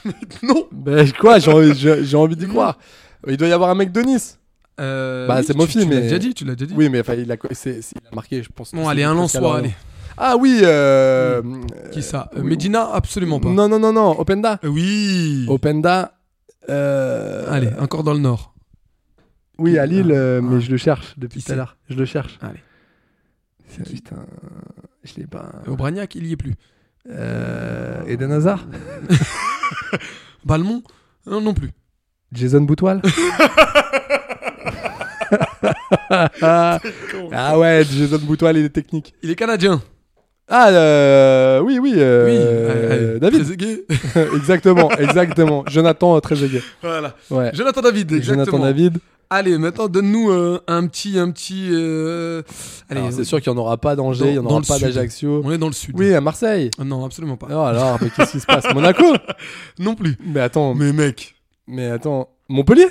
Speaker 10: mais non
Speaker 9: Ben quoi, j'ai envie, j'ai- j'ai envie d'y croire. Il doit y avoir un mec de Nice.
Speaker 10: Euh,
Speaker 9: Bah,
Speaker 10: oui,
Speaker 9: c'est
Speaker 10: tu-
Speaker 9: Mofi,
Speaker 10: tu l'as
Speaker 9: mais-
Speaker 10: déjà dit, tu l'as déjà dit.
Speaker 9: Oui, mais enfin, il a, c'est- c'est- il a marqué, je pense.
Speaker 10: Bon, allez, un
Speaker 9: Lançois,
Speaker 10: Lensois, allez.
Speaker 9: Ah oui, euh...
Speaker 10: Qui ça Euh,
Speaker 9: oui,
Speaker 10: Medina, absolument pas.
Speaker 9: Non, non, non, non, Openda.
Speaker 10: Euh, Oui
Speaker 9: Openda. Euh...
Speaker 10: Allez, encore dans le nord.
Speaker 9: Oui, à Lille, euh,
Speaker 10: Ah,
Speaker 9: mais
Speaker 10: ah.
Speaker 9: je le cherche depuis
Speaker 10: Qui
Speaker 9: tout à
Speaker 10: c'est
Speaker 9: l'heure. Je le cherche.
Speaker 10: Allez.
Speaker 9: C'est Putain, je l'ai pas.
Speaker 10: Au Bragnac, il y est plus.
Speaker 9: Euh, Eden Hazard
Speaker 10: Balmont Non, non plus.
Speaker 9: Jason Boutoil Ah ouais, Jason Boutoil, il est technique.
Speaker 10: Il est canadien.
Speaker 9: Ah euh, oui, oui, euh,
Speaker 10: oui.
Speaker 9: euh,
Speaker 10: allez,
Speaker 9: David.
Speaker 10: Trezeguet.
Speaker 9: exactement, exactement. Jonathan Trezeguet.
Speaker 10: voilà.
Speaker 9: Ouais.
Speaker 10: Jonathan David, exactement.
Speaker 9: Jonathan David.
Speaker 10: Allez, maintenant donne-nous euh, un petit, un petit. euh, Allez,
Speaker 9: Alors,
Speaker 10: on-
Speaker 9: c'est sûr qu'il n'y en aura pas d'Angers, il n'y
Speaker 10: dans-
Speaker 9: en
Speaker 10: dans
Speaker 9: aura
Speaker 10: le
Speaker 9: pas
Speaker 10: sud.
Speaker 9: d'Ajaccio.
Speaker 10: On est dans le sud.
Speaker 9: Oui, à Marseille.
Speaker 10: Ah Non, absolument pas.
Speaker 9: Oh alors, mais qu'est-ce qui se passe Monaco
Speaker 10: Non plus.
Speaker 9: Mais attends, mais,
Speaker 10: Mais mec.
Speaker 9: attends, Montpellier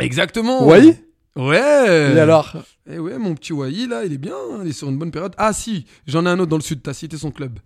Speaker 10: Exactement.
Speaker 9: Wai
Speaker 10: Ouais.
Speaker 9: Et alors
Speaker 10: Eh ouais, mon petit Wai là, il est bien. hein, Il est sur une bonne période. Ah si, j'en ai un autre dans le sud. T'as cité son club.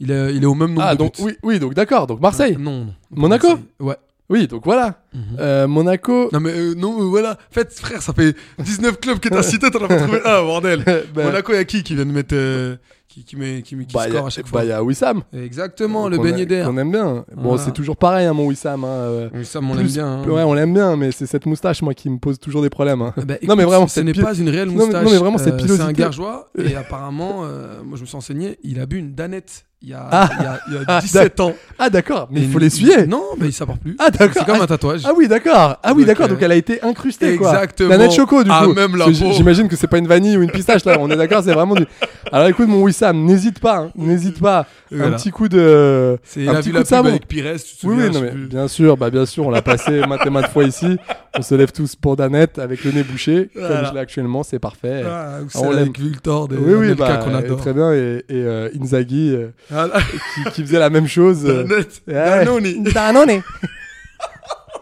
Speaker 10: Il est, il est au même nombre
Speaker 9: Ah
Speaker 10: de
Speaker 9: donc
Speaker 10: buts.
Speaker 9: oui, oui, donc d'accord, donc Marseille.
Speaker 10: Non, non.
Speaker 9: Monaco
Speaker 10: Marseille. Ouais.
Speaker 9: Oui, donc voilà.
Speaker 10: Mhm.
Speaker 9: Euh, Monaco.
Speaker 10: Non mais euh, non, euh, voilà. En fait, frère, ça fait 19 clubs que t'as cités, t'en as pas trouvé un, bordel.
Speaker 9: Ben,
Speaker 10: Monaco, y a qui qui vient de mettre, euh, qui qui met, qui, met- qui
Speaker 9: bah, y a-
Speaker 10: score à chaque
Speaker 9: bah,
Speaker 10: fois.
Speaker 9: y a Wissam.
Speaker 10: Exactement, le
Speaker 9: Qu'on a-
Speaker 10: beignet d'air. Ah.
Speaker 9: Qu'on aime bien. Bon,
Speaker 10: Voilà.
Speaker 9: c'est toujours pareil, hein, mon Wissam. hein, euh,
Speaker 10: Oui, ça, on
Speaker 9: plus-
Speaker 10: l'aime bien. hein.
Speaker 9: Ouais, on l'aime bien, mais c'est cette moustache, moi, qui me pose toujours des problèmes. hein.
Speaker 10: Eh ben,
Speaker 9: non, mais
Speaker 10: écoute,
Speaker 9: vraiment,
Speaker 10: ce
Speaker 9: cette
Speaker 10: n'est
Speaker 9: pile-
Speaker 10: pas une réelle
Speaker 9: Non, mais-
Speaker 10: moustache.
Speaker 9: non, mais vraiment, cette
Speaker 10: Euh, C'est
Speaker 9: pilosité.
Speaker 10: un gargeois et apparemment, euh, moi je me suis enseigné, il a bu une danette il y a,
Speaker 9: Ah.
Speaker 10: il y a- il y a
Speaker 9: Ah,
Speaker 10: 17 ans.
Speaker 9: Ah, d'accord, mais
Speaker 10: Et
Speaker 9: il faut
Speaker 10: une-
Speaker 9: l'essuyer.
Speaker 10: Non, mais ça part plus.
Speaker 9: Ah, d'accord.
Speaker 10: C'est comme un tatouage.
Speaker 9: Ah oui, d'accord. Ah oui,
Speaker 10: Donc,
Speaker 9: d'accord.
Speaker 10: euh,
Speaker 9: Donc elle a été incrustée, quoi.
Speaker 10: exactement.
Speaker 9: La nette choco, du
Speaker 10: Ah,
Speaker 9: coup.
Speaker 10: même la
Speaker 9: Parce que
Speaker 10: peau.
Speaker 9: J'imagine que c'est pas une vanille ou une pistache, là. On est d'accord, c'est vraiment du. Alors écoute, mon Wissam, n'hésite pas, hein, n'hésite pas.
Speaker 10: Et
Speaker 9: Un
Speaker 10: voilà.
Speaker 9: petit coup de.
Speaker 10: C'est
Speaker 9: un
Speaker 10: la
Speaker 9: petit
Speaker 10: vue
Speaker 9: coup
Speaker 10: la
Speaker 9: de
Speaker 10: pub
Speaker 9: savon.
Speaker 10: avec Pires, tu te
Speaker 9: Oui,
Speaker 10: souviens
Speaker 9: oui,
Speaker 10: je
Speaker 9: non,
Speaker 10: sais
Speaker 9: mais
Speaker 10: plus.
Speaker 9: bien sûr, bah bien sûr, on l'a passé maintes et maintes fois ici. On se lève tous pour Danette avec le nez bouché, comme
Speaker 10: Voilà.
Speaker 9: je l'ai actuellement, c'est parfait.
Speaker 10: Ah, ou celle
Speaker 9: on l'aime.
Speaker 10: avec Victor, des
Speaker 9: oui, oui,
Speaker 10: Anelka
Speaker 9: bah,
Speaker 10: qu'on adore.
Speaker 9: très bien. Et, et, euh, Inzaghi euh,
Speaker 10: Voilà.
Speaker 9: qui, qui faisait la même chose. euh,
Speaker 10: Danette,
Speaker 9: ouais.
Speaker 10: Danone.
Speaker 9: Danone.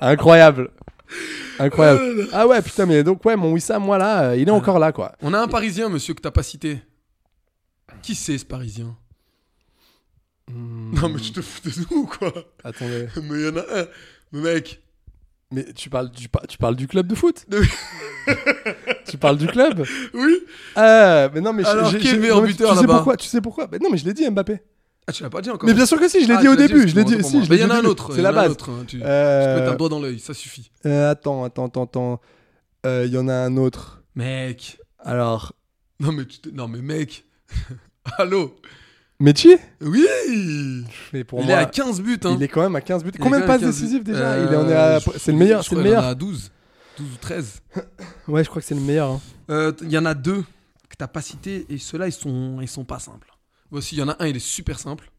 Speaker 9: Incroyable. Incroyable. Ah ouais, putain, mais donc, ouais, mon Wissam, moi là, euh, il est encore là, quoi.
Speaker 10: On a un Parisien, monsieur, que t'as pas cité. Qui c'est ce Parisien Non, mais tu te fous de nous, quoi.
Speaker 9: Hmm, Attendez.
Speaker 10: Mais il y en a un. Mais mec,
Speaker 9: Mais tu parles, tu, par- tu parles du club de foot
Speaker 10: Oui.
Speaker 9: Tu parles du club
Speaker 10: oui.
Speaker 9: Ah, mais non, mais je-
Speaker 10: Alors,
Speaker 9: j'ai-
Speaker 10: qui est le
Speaker 9: j'ai-
Speaker 10: meilleur
Speaker 9: non, mais tu-
Speaker 10: buteur
Speaker 9: tu sais
Speaker 10: là-bas
Speaker 9: pourquoi Tu sais pourquoi Mais Non, mais je l'ai dit, Mbappé.
Speaker 10: Ah, tu l'as pas dit encore.
Speaker 9: Mais bien sûr que si, je l'ai
Speaker 10: Ah,
Speaker 9: dit
Speaker 10: tu
Speaker 9: au
Speaker 10: l'as
Speaker 9: début. Je l'ai
Speaker 10: excuse-moi,
Speaker 9: dit.
Speaker 10: autant
Speaker 9: Si,
Speaker 10: pour moi.
Speaker 9: je
Speaker 10: Mais il
Speaker 9: l'ai
Speaker 10: y en
Speaker 9: dit
Speaker 10: a
Speaker 9: au
Speaker 10: un
Speaker 9: début.
Speaker 10: autre. hein,
Speaker 9: C'est la base.
Speaker 10: Mets
Speaker 9: Euh,
Speaker 10: un doigt dans l'œil, ça suffit.
Speaker 9: euh, attends, attends, attends, attends. Euh, Il y en a un autre.
Speaker 10: Mec.
Speaker 9: Alors,
Speaker 10: Non, mais, tu te- non, mais mec. Allô
Speaker 9: Mechi
Speaker 10: Oui
Speaker 9: Mais pour
Speaker 10: Il est
Speaker 9: moi,
Speaker 10: à 15 buts. Hein.
Speaker 9: il est quand même à 15 buts.
Speaker 10: Il est
Speaker 9: Combien de
Speaker 10: quand même à
Speaker 9: passes
Speaker 10: 15 buts.
Speaker 9: décisives déjà
Speaker 10: Euh,
Speaker 9: Il est on est à-
Speaker 10: je-
Speaker 9: C'est le meilleur.
Speaker 10: je
Speaker 9: C'est le
Speaker 10: crois qu'il
Speaker 9: meilleur.
Speaker 10: y en a à 12. 12 ou 13.
Speaker 9: Ouais, je crois que c'est le meilleur. hein.
Speaker 10: Euh, t- Il y en a deux que t'as pas cité et ceux-là, ils sont, ils sont pas simples. Voici, il y en a un, il est super simple.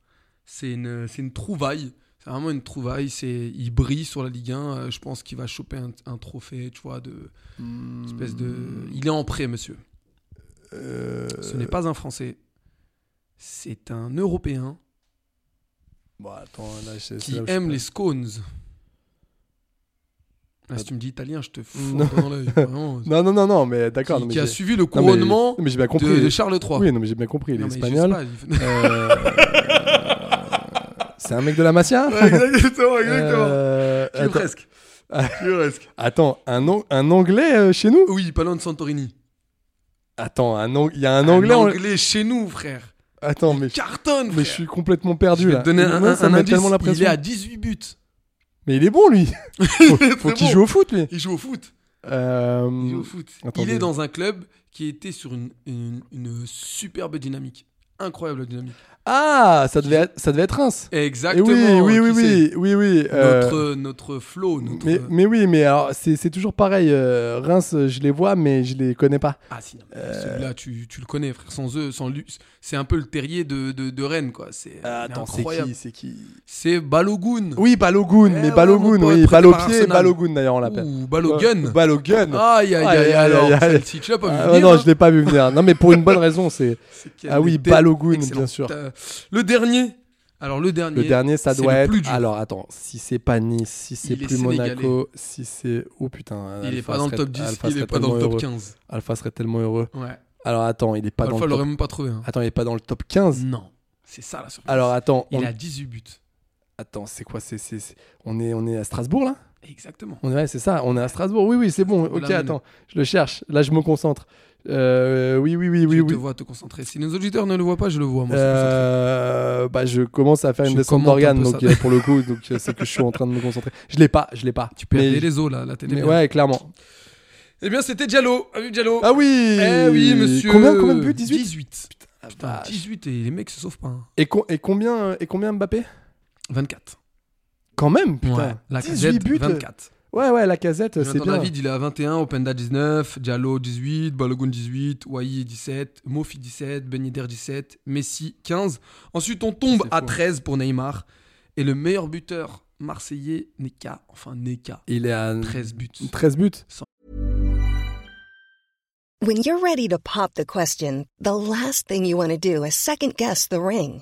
Speaker 10: C'est une, c'est une trouvaille. C'est vraiment une trouvaille. C'est, il brille sur la Ligue 1. euh, Je pense qu'il va choper un, un trophée, tu vois, de
Speaker 9: Hmm.
Speaker 10: espèce de. Il est en prêt, monsieur.
Speaker 9: Euh,
Speaker 10: Ce n'est pas un Français. C'est un Européen
Speaker 9: Bon, attends, là, c'est- c'est
Speaker 10: qui
Speaker 9: là où je
Speaker 10: aime
Speaker 9: suis
Speaker 10: les scones. Là, si tu me dis italien, je te fous
Speaker 9: Ah. Non.
Speaker 10: dans l'œil. vraiment.
Speaker 9: pas. Non, non, non, non, mais d'accord.
Speaker 10: qui
Speaker 9: non, mais
Speaker 10: qui a
Speaker 9: j'ai-
Speaker 10: suivi le
Speaker 9: non, mais-
Speaker 10: couronnement
Speaker 9: non, mais j'ai bien compris.
Speaker 10: de, de Charles III.
Speaker 9: Oui, non, mais j'ai bien compris. Il est
Speaker 10: Non, mais je sais
Speaker 9: espagnol.
Speaker 10: pas, il-
Speaker 9: Euh, C'est un mec de la Masia
Speaker 10: exactement,
Speaker 9: Euh,
Speaker 10: Tu es
Speaker 9: attends.
Speaker 10: presque. Puresque.
Speaker 9: Attends, un, An- un anglais euh, chez nous
Speaker 10: Oui, pas loin de Santorini.
Speaker 9: Attends, un Ang- il y a un anglais.
Speaker 10: Un
Speaker 9: en-
Speaker 10: anglais chez nous, frère.
Speaker 9: Attends, mais,
Speaker 10: Cartonne, frère.
Speaker 9: mais je suis complètement perdu
Speaker 10: Je vais
Speaker 9: là.
Speaker 10: te donner un,
Speaker 9: Moi,
Speaker 10: un-
Speaker 9: ça
Speaker 10: un
Speaker 9: me met
Speaker 10: indice.
Speaker 9: tellement la
Speaker 10: Il est
Speaker 9: pression.
Speaker 10: à 18 buts.
Speaker 9: Mais il est bon lui. faut faut
Speaker 10: Très
Speaker 9: qu'il
Speaker 10: bon.
Speaker 9: joue au foot lui.
Speaker 10: Il joue au foot.
Speaker 9: Euh,
Speaker 10: Il joue au foot.
Speaker 9: Attendez.
Speaker 10: Il est dans un club qui était sur une, une- une superbe dynamique. Incroyable dynamique.
Speaker 9: Ah, ça devait être, ça devait être Reims. Et
Speaker 10: Exactement.
Speaker 9: oui, Eh oui, oui,
Speaker 10: qui c'est
Speaker 9: oui, oui, oui. euh,
Speaker 10: Notre, notre flow, notre... euh,
Speaker 9: Mais, mais oui, mais alors c'est c'est toujours pareil. euh, Reims, euh, je les vois, mais je les connais pas.
Speaker 10: Ah si, non, mais celui-là, tu, tu le connais, frère. Sans eux, sans lui, c'est un peu le terrier de, de, de Rennes, quoi. Ah, C'est euh, il est incroyable.
Speaker 9: Ah, C'est qui
Speaker 10: C'est Balogun.
Speaker 9: Oui, Balogun,
Speaker 10: Eh
Speaker 9: mais
Speaker 10: ouais, mon
Speaker 9: Balogun,
Speaker 10: pote,
Speaker 9: oui,
Speaker 10: prêté par
Speaker 9: Balopier,
Speaker 10: Arsenal.
Speaker 9: Balogun d'ailleurs on l'appelle.
Speaker 10: Ou Balogun. Ah,
Speaker 9: Ouais, Balogun.
Speaker 10: Aïe, aïe, aïe,
Speaker 9: Aïe, aïe,
Speaker 10: alors,
Speaker 9: aïe, aïe.
Speaker 10: celle-ci, tu l'as pas vu
Speaker 9: Ah,
Speaker 10: venir,
Speaker 9: non,
Speaker 10: hein.
Speaker 9: je l'ai pas vu venir. Non, mais pour une bonne raison, c'est
Speaker 10: C'est qu'elle
Speaker 9: Ah oui,
Speaker 10: était
Speaker 9: Balogun,
Speaker 10: excellente.
Speaker 9: bien sûr.
Speaker 10: Euh, le dernier. Alors, le dernier.
Speaker 9: le dernier, ça
Speaker 10: c'est
Speaker 9: doit
Speaker 10: le
Speaker 9: être.
Speaker 10: plus dur.
Speaker 9: Alors attends, si c'est pas Nice, si c'est
Speaker 10: Il est
Speaker 9: plus
Speaker 10: sénégalais.
Speaker 9: Monaco, si c'est oh putain,
Speaker 10: Il est
Speaker 9: Alpha
Speaker 10: pas dans le
Speaker 9: serait-
Speaker 10: top 10,
Speaker 9: Alpha
Speaker 10: il est
Speaker 9: serait
Speaker 10: pas dans le
Speaker 9: tellement
Speaker 10: top
Speaker 9: heureux.
Speaker 10: 15.
Speaker 9: Alpha serait tellement heureux.
Speaker 10: Ouais.
Speaker 9: Alors attends, il est pas
Speaker 10: Alpha
Speaker 9: dans le
Speaker 10: l'aurait
Speaker 9: top...
Speaker 10: même pas trouvé. hein.
Speaker 9: Attends, il est pas dans le top 15.
Speaker 10: Non. C'est ça la surprise.
Speaker 9: Alors attends, on...
Speaker 10: Mm. il a 18 buts.
Speaker 9: attends, c'est quoi c'est, c'est, c'est- on est on est à Strasbourg là
Speaker 10: Exactement.
Speaker 9: On est ouais, c'est ça, on est à Strasbourg. Oui oui, c'est bon.
Speaker 10: De la
Speaker 9: OK,
Speaker 10: mine.
Speaker 9: attends. Je le cherche. Là, je me concentre. Euh, oui oui oui oui
Speaker 10: je
Speaker 9: oui.
Speaker 10: te vois te concentrer. Si nos auditeurs ne le voient pas, je le vois. Moi, je suis concentré.
Speaker 9: Euh, bah je commence à faire une
Speaker 10: Je
Speaker 9: descente
Speaker 10: commente un
Speaker 9: d'organes
Speaker 10: peu
Speaker 9: donc
Speaker 10: ça.
Speaker 9: euh, pour le coup donc euh, c'est que je suis en train de me concentrer. Je l'ai pas, je l'ai pas.
Speaker 10: Tu perds
Speaker 9: Mais-
Speaker 10: les os là, la télé.
Speaker 9: mais ouais, clairement.
Speaker 10: Eh bien, c'était Diallo. Ah oui, Diallo.
Speaker 9: Ah oui
Speaker 10: Eh oui, monsieur.
Speaker 9: Combien, combien de buts 18
Speaker 10: 18. Putain, 18 et les mecs se sauvent pas. hein.
Speaker 9: Et, co- et combien euh, et combien Mbappé
Speaker 10: 24.
Speaker 9: Quand même, putain.
Speaker 10: Ouais, la
Speaker 9: 18
Speaker 10: casette,
Speaker 9: buts. euh,
Speaker 10: 24.
Speaker 9: Ouais ouais, la casette c'est
Speaker 10: Jonathan
Speaker 9: bien.
Speaker 10: David, il est à 21, Openda 19, Diallo 18, Balogun 18, Wai 17, Mofi 17, Ben Yedder 17, Messi 15. Ensuite, on tombe
Speaker 9: C'est
Speaker 10: à
Speaker 9: fou.
Speaker 10: 13 pour Neymar. Et le meilleur buteur marseillais, Neka, enfin Neka,
Speaker 9: Il est à
Speaker 10: 13 buts.
Speaker 9: 13 buts.
Speaker 2: When you're ready to pop the question, the last thing you want to do is second guess the ring.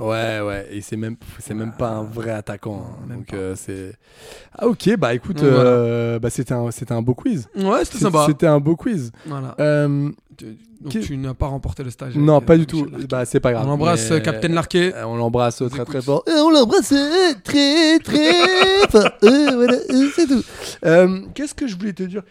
Speaker 9: Ouais, ouais, et c'est même, c'est même pas un vrai attaquant. hein.
Speaker 10: même
Speaker 9: Donc,
Speaker 10: pas.
Speaker 9: euh, c'est. Ah, ok, bah écoute,
Speaker 10: Voilà.
Speaker 9: euh, bah, c'était un, c'était un beau quiz.
Speaker 10: Ouais, c'était
Speaker 9: C'est-
Speaker 10: sympa.
Speaker 9: C'était un beau quiz.
Speaker 10: Voilà.
Speaker 9: Euh,
Speaker 10: Tu- Donc
Speaker 9: qu'est-
Speaker 10: tu n'as pas remporté le stage.
Speaker 9: non,
Speaker 10: avec,
Speaker 9: pas
Speaker 10: euh,
Speaker 9: du tout.
Speaker 10: Michel Larquet.
Speaker 9: Bah, c'est pas grave.
Speaker 10: On embrasse
Speaker 9: Mais-
Speaker 10: euh, Captain Larquet.
Speaker 9: Euh, On l'embrasse euh,
Speaker 10: Nous
Speaker 9: très très
Speaker 10: écoute.
Speaker 9: fort. Et on l'embrasse euh, très très fort. Euh, voilà, euh, c'est tout. Euh, Qu'est-ce que je voulais te dire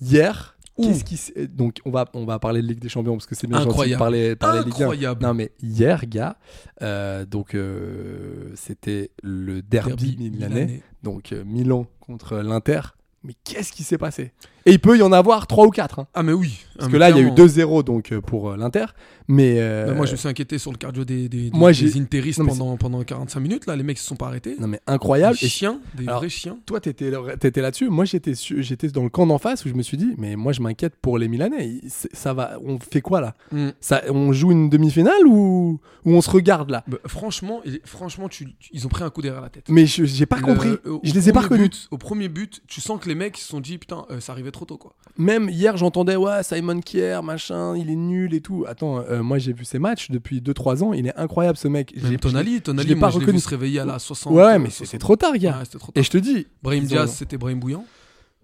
Speaker 9: hier
Speaker 10: Ouh.
Speaker 9: Qu'est-ce qui s'est- donc on va on va parler de Ligue des Champions parce que c'est bien gentil de
Speaker 10: Incroyable.
Speaker 9: parler parler Ligue 1.
Speaker 10: Incroyable.
Speaker 9: Non mais hier gars, euh, donc euh, c'était le derby, milanais, donc euh, Milan contre l'Inter. Mais qu'est-ce qui s'est passé Et il peut y en avoir 3 ou 4
Speaker 10: Ah, mais oui.
Speaker 9: parce
Speaker 10: Ah,
Speaker 9: que
Speaker 10: mais
Speaker 9: là il y a eu
Speaker 10: clairement.
Speaker 9: 2-0 donc euh, pour euh, l'Inter, mais euh,
Speaker 10: Bah, moi, je me suis inquiété sur le cardio des, des, des-
Speaker 9: Moi,
Speaker 10: des
Speaker 9: j'ai-
Speaker 10: interistes
Speaker 9: Non, mais
Speaker 10: pendant, pendant 45 minutes. Là, les mecs se sont pas arrêtés.
Speaker 9: non mais incroyable
Speaker 10: Des
Speaker 9: et
Speaker 10: chiens, des
Speaker 9: Alors,
Speaker 10: vrais chiens.
Speaker 9: Toi, t'étais étais là-dessus. Moi, j'étais su- j'étais dans le camp d'en face où je me suis dit, mais moi, je m'inquiète pour les Milanais. Il- c'est- Ça va, on fait quoi là
Speaker 10: Mm.
Speaker 9: ça, On joue une demi-finale ou, ou on se regarde là
Speaker 10: Bah, franchement, il- franchement tu- tu- ils ont pris un coup derrière la tête.
Speaker 9: Mais je j'ai pas
Speaker 10: Le-
Speaker 9: compris.
Speaker 10: euh, au
Speaker 9: je les ai pas
Speaker 10: premier
Speaker 9: reconnus.
Speaker 10: but- au premier but, tu sens que les mecs se sont dit putain, euh, ça arrivait trop tôt quoi.
Speaker 9: Même hier, j'entendais ouais Simon Kier, machin, il est nul et tout. Attends, euh, moi, j'ai vu ses matchs depuis 2-3 ans. Il est incroyable ce mec. J'ai
Speaker 10: Même Tonali, Tonali,
Speaker 9: l'ai
Speaker 10: moi,
Speaker 9: pas
Speaker 10: je l'ai
Speaker 9: reconnu.
Speaker 10: vu se réveiller à la 60.
Speaker 9: Ouais, ouais, mais
Speaker 10: 60.
Speaker 9: c'était trop tard, gars.
Speaker 10: Ouais, c'était trop
Speaker 9: Et
Speaker 10: tard.
Speaker 9: je te dis.
Speaker 10: Brahim
Speaker 9: ils ont-
Speaker 10: Diaz, c'était Brahim Bouillant.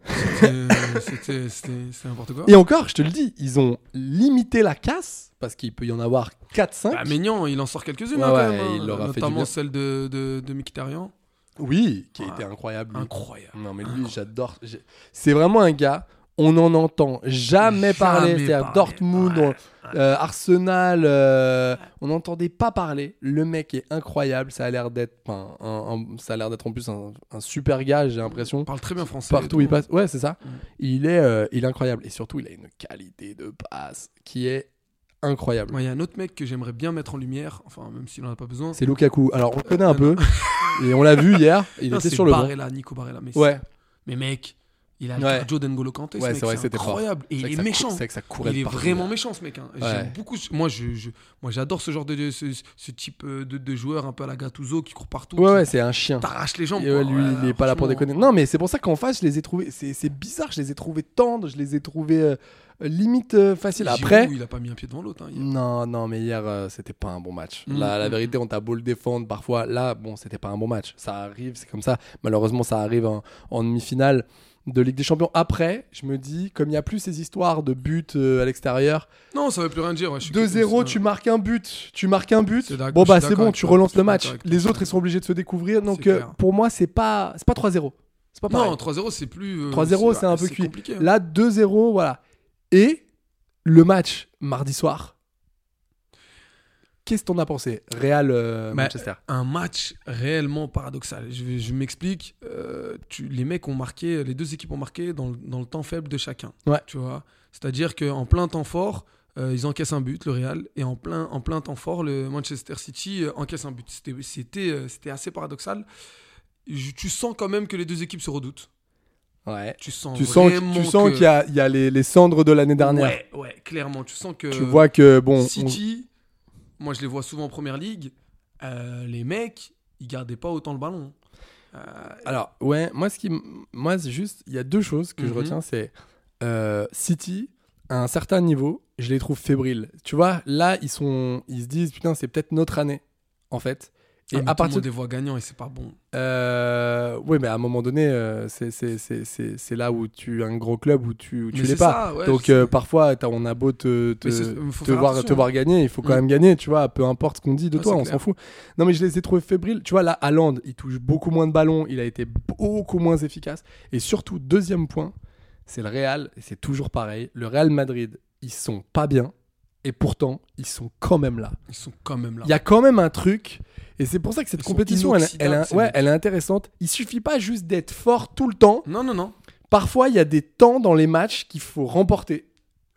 Speaker 10: C'était- C'était c'était- c'était n'importe quoi.
Speaker 9: Et encore, je te le dis, ils ont limité la casse parce qu'il peut y en avoir 4-5.
Speaker 10: Bah, Maignan, il en sort quelques-unes
Speaker 9: Ouais,
Speaker 10: hein, quand
Speaker 9: ouais,
Speaker 10: même, hein.
Speaker 9: il leur a fait du
Speaker 10: notamment
Speaker 9: bien.
Speaker 10: celle de, de, de Mkhitaryan.
Speaker 9: Oui, qui a
Speaker 10: Ouais.
Speaker 9: été incroyable. lui.
Speaker 10: Ah, Incroyable.
Speaker 9: Non, mais lui, j'adore. j'ai- C'est vraiment un gars, on n'en entend jamais,
Speaker 10: Jamais
Speaker 9: parler. C'est-à-dire
Speaker 10: parler,
Speaker 9: Dortmund,
Speaker 10: ouais,
Speaker 9: on- euh, Arsenal, euh, on n'entendait pas parler. Le mec est incroyable. Ça a l'air d'être enfin, un- un- ça a l'air d'être en plus un, un super gars, j'ai
Speaker 10: On
Speaker 9: l'impression.
Speaker 10: parle très bien français. et
Speaker 9: Partout où
Speaker 10: tout.
Speaker 9: il passe. Ouais, c'est ça.
Speaker 10: Mm.
Speaker 9: Il, est, euh, il est incroyable. Et surtout, il a une qualité de passe qui est incroyable.
Speaker 10: Moi, Il y a un autre mec que j'aimerais bien mettre en lumière, enfin, même s'il n'en a pas besoin.
Speaker 9: C'est Lukaku. Alors, on le connaît
Speaker 10: Euh,
Speaker 9: un peu. et on l'a vu hier. Il
Speaker 10: Non,
Speaker 9: était
Speaker 10: Ah, c'est
Speaker 9: sur le banc.
Speaker 10: Barella, Nico Barella. Mais
Speaker 9: Ouais.
Speaker 10: Mais mec, Il a le
Speaker 9: Ouais.
Speaker 10: cardio d'Engolo Kanté, ce
Speaker 9: Ouais,
Speaker 10: mec,
Speaker 9: c'est vrai,
Speaker 10: c'est
Speaker 9: c'était fort.
Speaker 10: incroyable. Et
Speaker 9: C'est
Speaker 10: il
Speaker 9: vrai que
Speaker 10: est
Speaker 9: ça cou-
Speaker 10: méchant.
Speaker 9: c'est vrai que ça courait
Speaker 10: Il est
Speaker 9: de partout,
Speaker 10: vraiment
Speaker 9: là.
Speaker 10: méchant, ce mec. hein.
Speaker 9: Ouais.
Speaker 10: J'aime beaucoup. ce- Moi, je, je- moi, j'adore ce genre de, de- ce, ce type euh, de, de joueur un peu à la Gattuso qui court partout,
Speaker 9: Ouais,
Speaker 10: qui
Speaker 9: ouais, c'est un chien.
Speaker 10: t'arrache les jambes.
Speaker 9: Et ouais,
Speaker 10: quoi.
Speaker 9: lui,
Speaker 10: Ouais,
Speaker 9: il est pas là
Speaker 10: franchement.
Speaker 9: pour
Speaker 10: euh,
Speaker 9: déconner. Non, mais c'est pour ça qu'en face, je les ai trouvés. C'est c'est bizarre, je les ai trouvés tendres, je les ai trouvés euh, limite euh, faciles.
Speaker 10: Giroud,
Speaker 9: Après. Mm.
Speaker 10: il a pas mis un pied devant l'autre. hein. Il-
Speaker 9: Non, non, mais hier, euh, c'était pas un bon match.
Speaker 10: Mm,
Speaker 9: Là, la
Speaker 10: mm,
Speaker 9: vérité, on t'a beau le défendre parfois. Là, bon, c'était pas un bon match. Ça arrive, c'est comme ça. Malheureusement, ça arrive en, en demi-finale de Ligue des Champions. Après, je me dis, comme il n'y a plus ces histoires de buts euh, à l'extérieur,
Speaker 10: Non, ça veut plus rien dire. ouais, je suis-
Speaker 9: 2-0,
Speaker 10: c'est-
Speaker 9: tu marques un but, tu marques un but.
Speaker 10: C'est d'accord,
Speaker 9: Bon,
Speaker 10: je suis
Speaker 9: bah, c'est
Speaker 10: d'accord
Speaker 9: bon,
Speaker 10: avec
Speaker 9: tu
Speaker 10: toi, je
Speaker 9: relances
Speaker 10: suis
Speaker 9: le
Speaker 10: d'accord
Speaker 9: match.
Speaker 10: avec toi.
Speaker 9: Les autres, ils sont obligés de se découvrir. Donc,
Speaker 10: C'est
Speaker 9: euh,
Speaker 10: clair.
Speaker 9: pour moi, c'est pas, c'est pas 3-0. C'est pas pareil.
Speaker 10: Non, 3-0, c'est plus. euh,
Speaker 9: 3-0, c'est un peu cuit.
Speaker 10: compliqué, hein.
Speaker 9: Là, 2-0, voilà. Et le match mardi soir. Qu'est-ce que t'en as pensé Real euh,
Speaker 10: Bah,
Speaker 9: Manchester.
Speaker 10: un match réellement paradoxal. Je, vais- je m'explique. euh, tu- les mecs ont marqué, les deux équipes ont marqué dans, le- dans le temps faible de chacun.
Speaker 9: Ouais.
Speaker 10: Tu vois. C'est-à-dire qu'en plein temps fort, euh, ils encaissent un but, le Real, et en plein, en plein temps fort, le Manchester City euh, encaisse un but. C'était, c'était, euh, c'était assez paradoxal. Je- tu sens quand même que les deux équipes se redoutent.
Speaker 9: Ouais.
Speaker 10: Tu sens,
Speaker 9: Tu sens,
Speaker 10: vraiment
Speaker 9: tu sens
Speaker 10: que-
Speaker 9: qu'il y a, il y a les, les cendres de l'année dernière.
Speaker 10: Ouais, ouais, clairement. Tu sens que
Speaker 9: Tu vois que, bon, on-
Speaker 10: City, moi je les vois souvent en première ligue. euh, les mecs, ils gardaient pas autant le ballon. Euh,
Speaker 9: Alors, ouais, moi, ce qui. m- Moi, c'est juste. Il y a deux choses que je
Speaker 10: Mhm.
Speaker 9: retiens. C'est euh, City, à un certain niveau, je les trouve fébriles. Tu vois, là, ils, sont, ils se disent, putain, c'est peut-être notre année, en fait. Et
Speaker 10: ah, mais
Speaker 9: à
Speaker 10: tout le
Speaker 9: partir
Speaker 10: monde les voit gagnants et c'est pas bon.
Speaker 9: Euh, oui, mais à un moment donné, euh, c'est- c'est- c'est c'est- c'est là où tu un gros club où tu, où tu
Speaker 10: Mais
Speaker 9: l'es
Speaker 10: c'est
Speaker 9: pas.
Speaker 10: ça, ouais,
Speaker 9: Donc
Speaker 10: je
Speaker 9: euh,
Speaker 10: sais.
Speaker 9: parfois, t'as- on a beau te, te,
Speaker 10: Mais c'est- faut
Speaker 9: te
Speaker 10: faire
Speaker 9: voir, te
Speaker 10: attention,
Speaker 9: voir
Speaker 10: hein.
Speaker 9: gagner, il faut quand
Speaker 10: Mm.
Speaker 9: même gagner, tu vois, peu importe ce qu'on dit de
Speaker 10: Ah,
Speaker 9: toi,
Speaker 10: c'est
Speaker 9: on s'en
Speaker 10: clair.
Speaker 9: fout. Non, mais je les ai trouvés fébriles. Tu vois, là, Haaland, il touche beaucoup moins de ballons, il a été beaucoup moins efficace. Et surtout, deuxième point, c'est le Real, et c'est toujours pareil. Le Real Madrid, ils sont pas bien, et pourtant, ils sont quand même là.
Speaker 10: Ils sont quand même là.
Speaker 9: Il y a quand même un truc, et c'est pour ça que cette
Speaker 10: Ils sont
Speaker 9: compétition, elle, elle,
Speaker 10: inoxydables,
Speaker 9: est-
Speaker 10: ces
Speaker 9: ouais,
Speaker 10: mecs.
Speaker 9: elle est intéressante. Il suffit pas juste d'être fort tout le temps.
Speaker 10: Non, non, non.
Speaker 9: Parfois, il y a des temps dans les matchs qu'il faut remporter.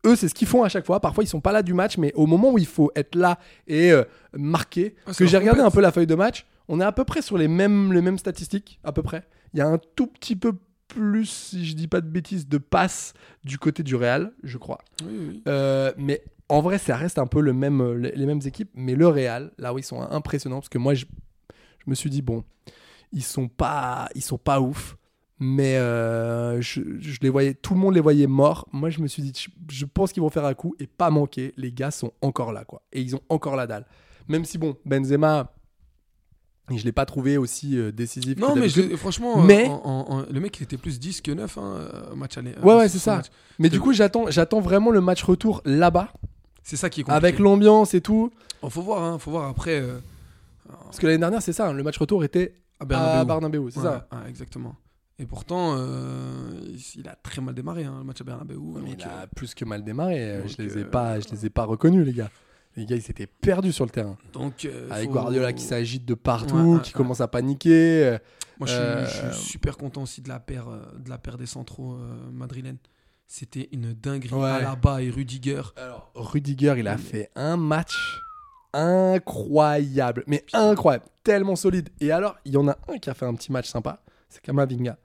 Speaker 9: Eux, c'est ce qu'ils font à chaque fois. Parfois, ils sont pas là du match, mais au moment où il faut être là et euh, marquer.
Speaker 10: Ah,
Speaker 9: Parce
Speaker 10: c'est
Speaker 9: que j'ai
Speaker 10: leur
Speaker 9: regardé
Speaker 10: compète.
Speaker 9: un peu la feuille de match. On est à peu près sur les mêmes, les mêmes statistiques, à peu près. Il y a un tout petit peu plus, si je dis pas de bêtises, de passes du côté du Real, je crois.
Speaker 10: Oui, oui.
Speaker 9: Euh, mais en vrai, ça reste un peu le même, euh, les les mêmes équipes. Mais le Real, là où ils sont impressionnants, parce que moi, je, je me suis dit, bon, ils sont pas, ils sont pas ouf. Mais euh, je, je les voyais, tout le monde les voyait morts. Moi, je me suis dit, je, je pense qu'ils vont faire un coup et pas manquer. Les gars sont encore là, quoi. Et ils ont encore la dalle. Même si, bon, Benzema, je l'ai pas trouvé aussi euh, décisif. que
Speaker 10: Non, mais
Speaker 9: d'habitude.
Speaker 10: je- franchement, euh,
Speaker 9: Mais-
Speaker 10: en- en- en- le mec il était plus 10 que 9 hein, euh, match aller. euh,
Speaker 9: Ouais, ouais,
Speaker 10: sur
Speaker 9: c'est
Speaker 10: ce
Speaker 9: ça.
Speaker 10: match.
Speaker 9: Mais du coup, j'attends, j'attends vraiment le match retour là-bas,
Speaker 10: C'est ça qui est compliqué.
Speaker 9: avec l'ambiance et tout.
Speaker 10: Oh, faut voir, hein, faut voir après. euh,
Speaker 9: Parce que l'année dernière, c'est ça, hein, le match retour était
Speaker 10: à Bernabeu.
Speaker 9: à Barnabéou, c'est
Speaker 10: Ouais,
Speaker 9: ça.
Speaker 10: ouais, exactement. Et pourtant, euh, il- il a très mal démarré hein, le match à Bernabeu.
Speaker 9: Mais
Speaker 10: donc,
Speaker 9: il a
Speaker 10: euh,
Speaker 9: plus que mal démarré. euh,
Speaker 10: donc,
Speaker 9: Je les ai
Speaker 10: euh,
Speaker 9: pas, je les ai pas reconnus, les gars. Les gars, ils s'étaient perdus sur le terrain.
Speaker 10: donc, euh,
Speaker 9: Avec
Speaker 10: faut-
Speaker 9: Guardiola qui s'agite de partout,
Speaker 10: Ouais, ouais, ouais.
Speaker 9: qui commence à paniquer. euh,
Speaker 10: Moi, je suis,
Speaker 9: Euh,
Speaker 10: je suis super content aussi de la paire, euh, de la paire des centraux euh, madrilènes. C'était une dinguerie.
Speaker 9: Ouais.
Speaker 10: Alaba et Rudiger.
Speaker 9: Rudiger, il a fait un match incroyable, mais incroyable, tellement solide. Et alors, il y en a un qui a fait un petit match sympa, c'est Kamavinga.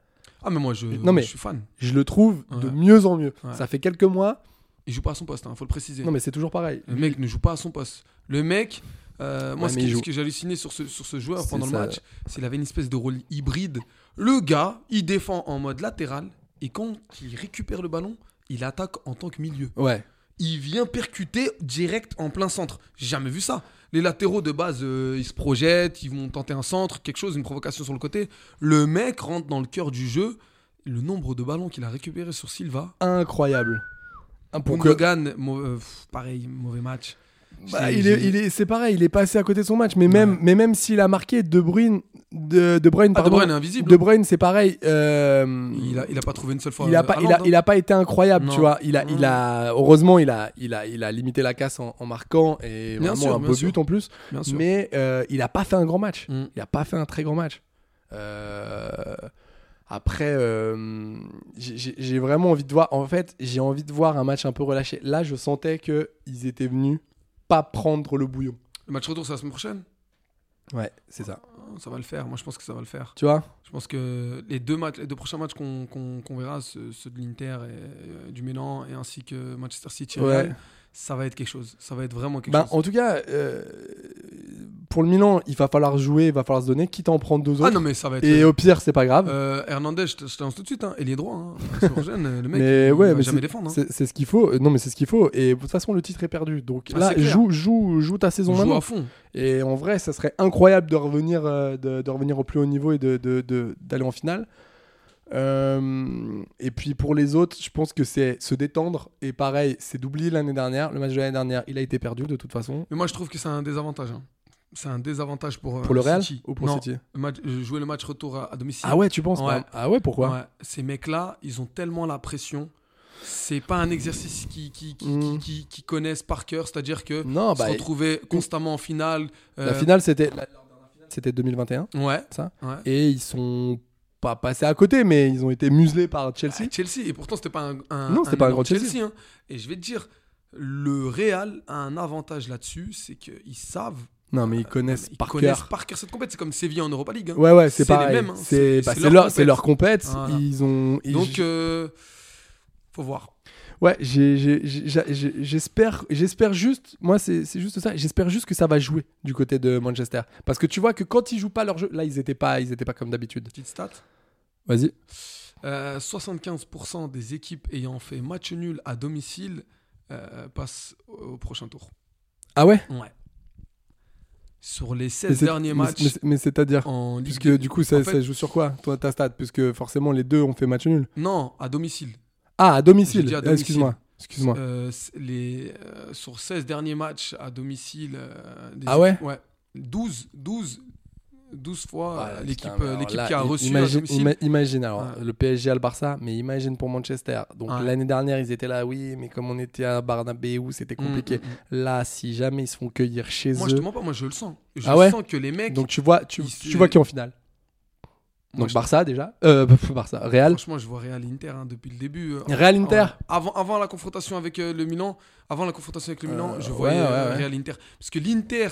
Speaker 10: Ah, mais moi, je,
Speaker 9: Non, mais-
Speaker 10: je suis fan.
Speaker 9: Je le trouve de
Speaker 10: Ouais.
Speaker 9: mieux en mieux.
Speaker 10: Ouais.
Speaker 9: Ça fait quelques mois.
Speaker 10: Il joue pas à son poste, hein, faut le préciser.
Speaker 9: Non, mais c'est toujours pareil.
Speaker 10: Le mec ne joue pas à son poste. Le mec, euh, moi,
Speaker 9: Ouais,
Speaker 10: ce,
Speaker 9: mais
Speaker 10: qui-
Speaker 9: il
Speaker 10: ce
Speaker 9: joue.
Speaker 10: que j'ai halluciné sur ce, sur ce
Speaker 9: C'est
Speaker 10: joueur pendant le
Speaker 9: ça.
Speaker 10: match, c'est qu'il avait une espèce de rôle hybride. Le gars, il défend en mode latéral et quand il récupère le ballon, il attaque en tant que milieu.
Speaker 9: Ouais.
Speaker 10: il vient percuter direct en plein centre. J'ai jamais vu ça. Les latéraux de base, euh, ils se projettent, ils vont tenter un centre, quelque chose, une provocation sur le côté. Le mec rentre dans le cœur du jeu. Le nombre de ballons qu'il a récupéré sur Silva.
Speaker 9: Incroyable. Ah, Pour que,
Speaker 10: Gundogan, mau- euh, pff, pareil, mauvais match.
Speaker 9: Bah,
Speaker 10: J'ai-
Speaker 9: il est,
Speaker 10: j'ai-
Speaker 9: il est- c'est pareil, il est passé à côté de son match, mais même, mais même s'il a marqué De Bruyne, de, de Bruyne,
Speaker 10: Ah, De
Speaker 9: pardon,
Speaker 10: Bruyne est invisible. hein.
Speaker 9: De Bruyne, c'est pareil. euh,
Speaker 10: Il a, il a pas trouvé une seule fois.
Speaker 9: il a
Speaker 10: euh,
Speaker 9: pas, il
Speaker 10: Haaland,
Speaker 9: a, il a pas été incroyable,
Speaker 10: Non.
Speaker 9: tu vois. Il a, il a, heureusement, il a, il a, il a limité la casse en, en marquant et
Speaker 10: Bien
Speaker 9: vraiment
Speaker 10: sûr,
Speaker 9: un
Speaker 10: bien
Speaker 9: beau
Speaker 10: sûr.
Speaker 9: but en plus.
Speaker 10: hein, bien sûr.
Speaker 9: Mais euh, il a pas fait un grand match.
Speaker 10: Mm.
Speaker 9: Il a pas fait un très grand match. Euh, après, euh, j'ai- j'ai j'ai vraiment envie de voir. En fait, j'ai envie de voir un match un peu relâché. Là, je sentais que ils étaient venus pas prendre le bouillon.
Speaker 10: Le match retour, c'est la semaine prochaine Hein,
Speaker 9: Ouais, c'est ça.
Speaker 10: Ça va le faire. Moi, je pense que ça va le faire.
Speaker 9: Tu vois
Speaker 10: Je pense que les deux matchs, les deux prochains matchs qu'on qu'on- qu'on verra, ceux, ceux de l'Inter et, euh, du Milan, et ainsi que Manchester City, Real, ça va être quelque chose. Ça va être vraiment quelque
Speaker 9: Bah,
Speaker 10: chose.
Speaker 9: en tout cas, euh, pour le Milan, il va falloir jouer, il va falloir se donner, quitte à en prendre deux autres.
Speaker 10: Ah non, mais ça va être.
Speaker 9: Et au pire, c'est pas grave.
Speaker 10: Euh, Hernandez, je te, je te lance tout de suite. Hein. Il est droit. Hein. Sur Rennes, le mec,
Speaker 9: mais
Speaker 10: il
Speaker 9: ouais,
Speaker 10: va
Speaker 9: mais
Speaker 10: jamais
Speaker 9: c'est-
Speaker 10: défendre. hein.
Speaker 9: c'est c'est ce qu'il faut. Euh, Non, mais c'est ce qu'il faut. Et de toute façon, le titre est perdu. Donc
Speaker 10: Ah,
Speaker 9: là,
Speaker 10: c'est clair.
Speaker 9: joue, joue, joue ta saison
Speaker 10: Il joue
Speaker 9: maintenant.
Speaker 10: à fond.
Speaker 9: Et en vrai, ça serait incroyable de revenir, euh, de, de revenir au plus haut niveau et d'aller de, de- d'aller en finale. Euh, et puis pour les autres, je pense que c'est se détendre. Et pareil, c'est d'oublier l'année dernière. Le match de l'année dernière, il a été perdu de toute façon.
Speaker 10: Mais moi, je trouve que c'est un désavantage. hein. C'est un désavantage pour, euh,
Speaker 9: Pour le Real
Speaker 10: City.
Speaker 9: ou pour
Speaker 10: Non,
Speaker 9: City
Speaker 10: le match- euh, jouer le match retour à, à domicile.
Speaker 9: Ah ouais, tu penses
Speaker 10: Ouais.
Speaker 9: pas Ah ouais, pourquoi
Speaker 10: Ouais, Ces mecs-là, ils ont tellement la pression. C'est pas un exercice qu'ils qui, qui,
Speaker 9: Mm.
Speaker 10: qui, qui connaissent par cœur. C'est-à-dire que
Speaker 9: Non, bah,
Speaker 10: se retrouver constamment en finale. euh,
Speaker 9: La finale, c'était la- c'était 2021.
Speaker 10: Ouais.
Speaker 9: Ça.
Speaker 10: ouais.
Speaker 9: Et ils sont pas passés à côté, mais ils ont été muselés par
Speaker 10: Chelsea.
Speaker 9: Chelsea.
Speaker 10: Chelsea. Et pourtant, c'était pas un, un-
Speaker 9: Non, c'était pas un
Speaker 10: énorme
Speaker 9: grand Chelsea.
Speaker 10: hein. Et je vais te dire, le Real a un avantage là-dessus, c'est qu'ils savent,
Speaker 9: Non, mais ils connaissent
Speaker 10: ils
Speaker 9: par
Speaker 10: connaissent
Speaker 9: cœur.
Speaker 10: par cœur cette compétition. C'est comme Séville en Europa League. hein.
Speaker 9: Ouais, ouais, c'est
Speaker 10: C'est les
Speaker 9: pareil.
Speaker 10: mêmes, hein.
Speaker 9: C'est
Speaker 10: C'est-
Speaker 9: bah,
Speaker 10: c'est
Speaker 9: c'est
Speaker 10: leur
Speaker 9: leur, c'est
Speaker 10: compète.
Speaker 9: leur compète.
Speaker 10: Voilà.
Speaker 9: Ils ont. ils-
Speaker 10: Donc, euh, faut voir.
Speaker 9: Ouais, j'ai- j'ai- j'ai- j'a- j'ai- j'espère, j'espère juste, moi c'est c'est juste ça, j'espère juste que ça va jouer du côté de Manchester. Parce que tu vois que quand ils jouent pas leur jeu, là ils étaient pas, ils étaient pas comme d'habitude.
Speaker 10: Petite stat.
Speaker 9: Vas-y.
Speaker 10: Euh, 75% des équipes ayant fait match nul à domicile euh, passent au au prochain tour.
Speaker 9: Ah ouais.
Speaker 10: Ouais. Sur les
Speaker 9: Mais
Speaker 10: 16
Speaker 9: c'est-
Speaker 10: derniers
Speaker 9: mais-
Speaker 10: matchs
Speaker 9: mais c'est- Mais c'est à dire.
Speaker 10: en Ligue
Speaker 9: Puisque
Speaker 10: des-
Speaker 9: du coup ça,
Speaker 10: en fait-
Speaker 9: ça joue sur quoi, toi ta stat Puisque forcément les deux ont fait match nul.
Speaker 10: Non, à domicile.
Speaker 9: Ah à domicile.
Speaker 10: J'ai dit à
Speaker 9: Ah,
Speaker 10: domicile.
Speaker 9: Excuse-moi. Excuse-moi.
Speaker 10: Euh, c- les, euh, sur 16 derniers matchs à domicile. euh, des
Speaker 9: Ah ouais
Speaker 10: 12, 12, 12 fois
Speaker 9: Ah,
Speaker 10: euh,
Speaker 9: putain,
Speaker 10: l'équipe
Speaker 9: mais
Speaker 10: euh,
Speaker 9: alors
Speaker 10: l'équipe
Speaker 9: là,
Speaker 10: qui a
Speaker 9: i-
Speaker 10: reçu à
Speaker 9: Imagine,
Speaker 10: domicile.
Speaker 9: ima- imagine, alors
Speaker 10: Ouais.
Speaker 9: le PSG à le Barça, mais imagine pour Manchester. Donc
Speaker 10: Ouais.
Speaker 9: l'année dernière ils étaient là, oui, mais comme on était à Barnabéou, c'était compliqué.
Speaker 10: Mm, mm,
Speaker 9: Là, si jamais ils se font cueillir chez
Speaker 10: Moi,
Speaker 9: eux,
Speaker 10: je te mens pas, moi, je le sens. Je
Speaker 9: Ah ouais
Speaker 10: sens que les mecs.
Speaker 9: donc tu vois, tu,
Speaker 10: Ils-
Speaker 9: tu vois qui est en finale.
Speaker 10: moi,
Speaker 9: Donc
Speaker 10: je-
Speaker 9: Barça déjà, euh, pff, Barça, Real,
Speaker 10: Franchement, je vois Real Inter hein, depuis le début. euh,
Speaker 9: Real Inter.
Speaker 10: Ouais. Avant, avant la confrontation avec euh, le Milan, avant la confrontation avec le Milan,
Speaker 9: Euh,
Speaker 10: je
Speaker 9: ouais,
Speaker 10: voyais
Speaker 9: ouais,
Speaker 10: euh,
Speaker 9: ouais.
Speaker 10: Real Inter. Parce que l'Inter,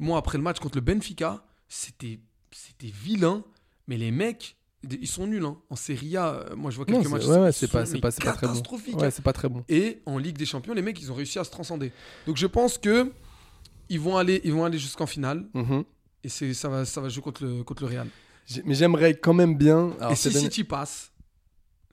Speaker 10: moi, après le match contre le Benfica, c'était, c'était vilain. Mais les mecs, d- ils sont nuls. hein. En Serie A, euh, moi, je vois
Speaker 9: Non,
Speaker 10: quelques
Speaker 9: c'est-
Speaker 10: matchs.
Speaker 9: ouais, ouais,
Speaker 10: ils
Speaker 9: c'est
Speaker 10: sont,
Speaker 9: pas, c'est
Speaker 10: mais
Speaker 9: pas, c'est pas très bon.
Speaker 10: catastrophiques,
Speaker 9: Ouais,
Speaker 10: hein.
Speaker 9: c'est pas très bon.
Speaker 10: Et en Ligue des Champions, les mecs, ils ont réussi à se transcender. Donc je pense que ils vont aller, ils vont aller jusqu'en finale.
Speaker 9: Mhm.
Speaker 10: Et c'est, ça, va, ça va jouer contre le, contre le Real.
Speaker 9: J'ai- Mais j'aimerais quand même bien. alors,
Speaker 10: et si
Speaker 9: c'est donné-
Speaker 10: City passe,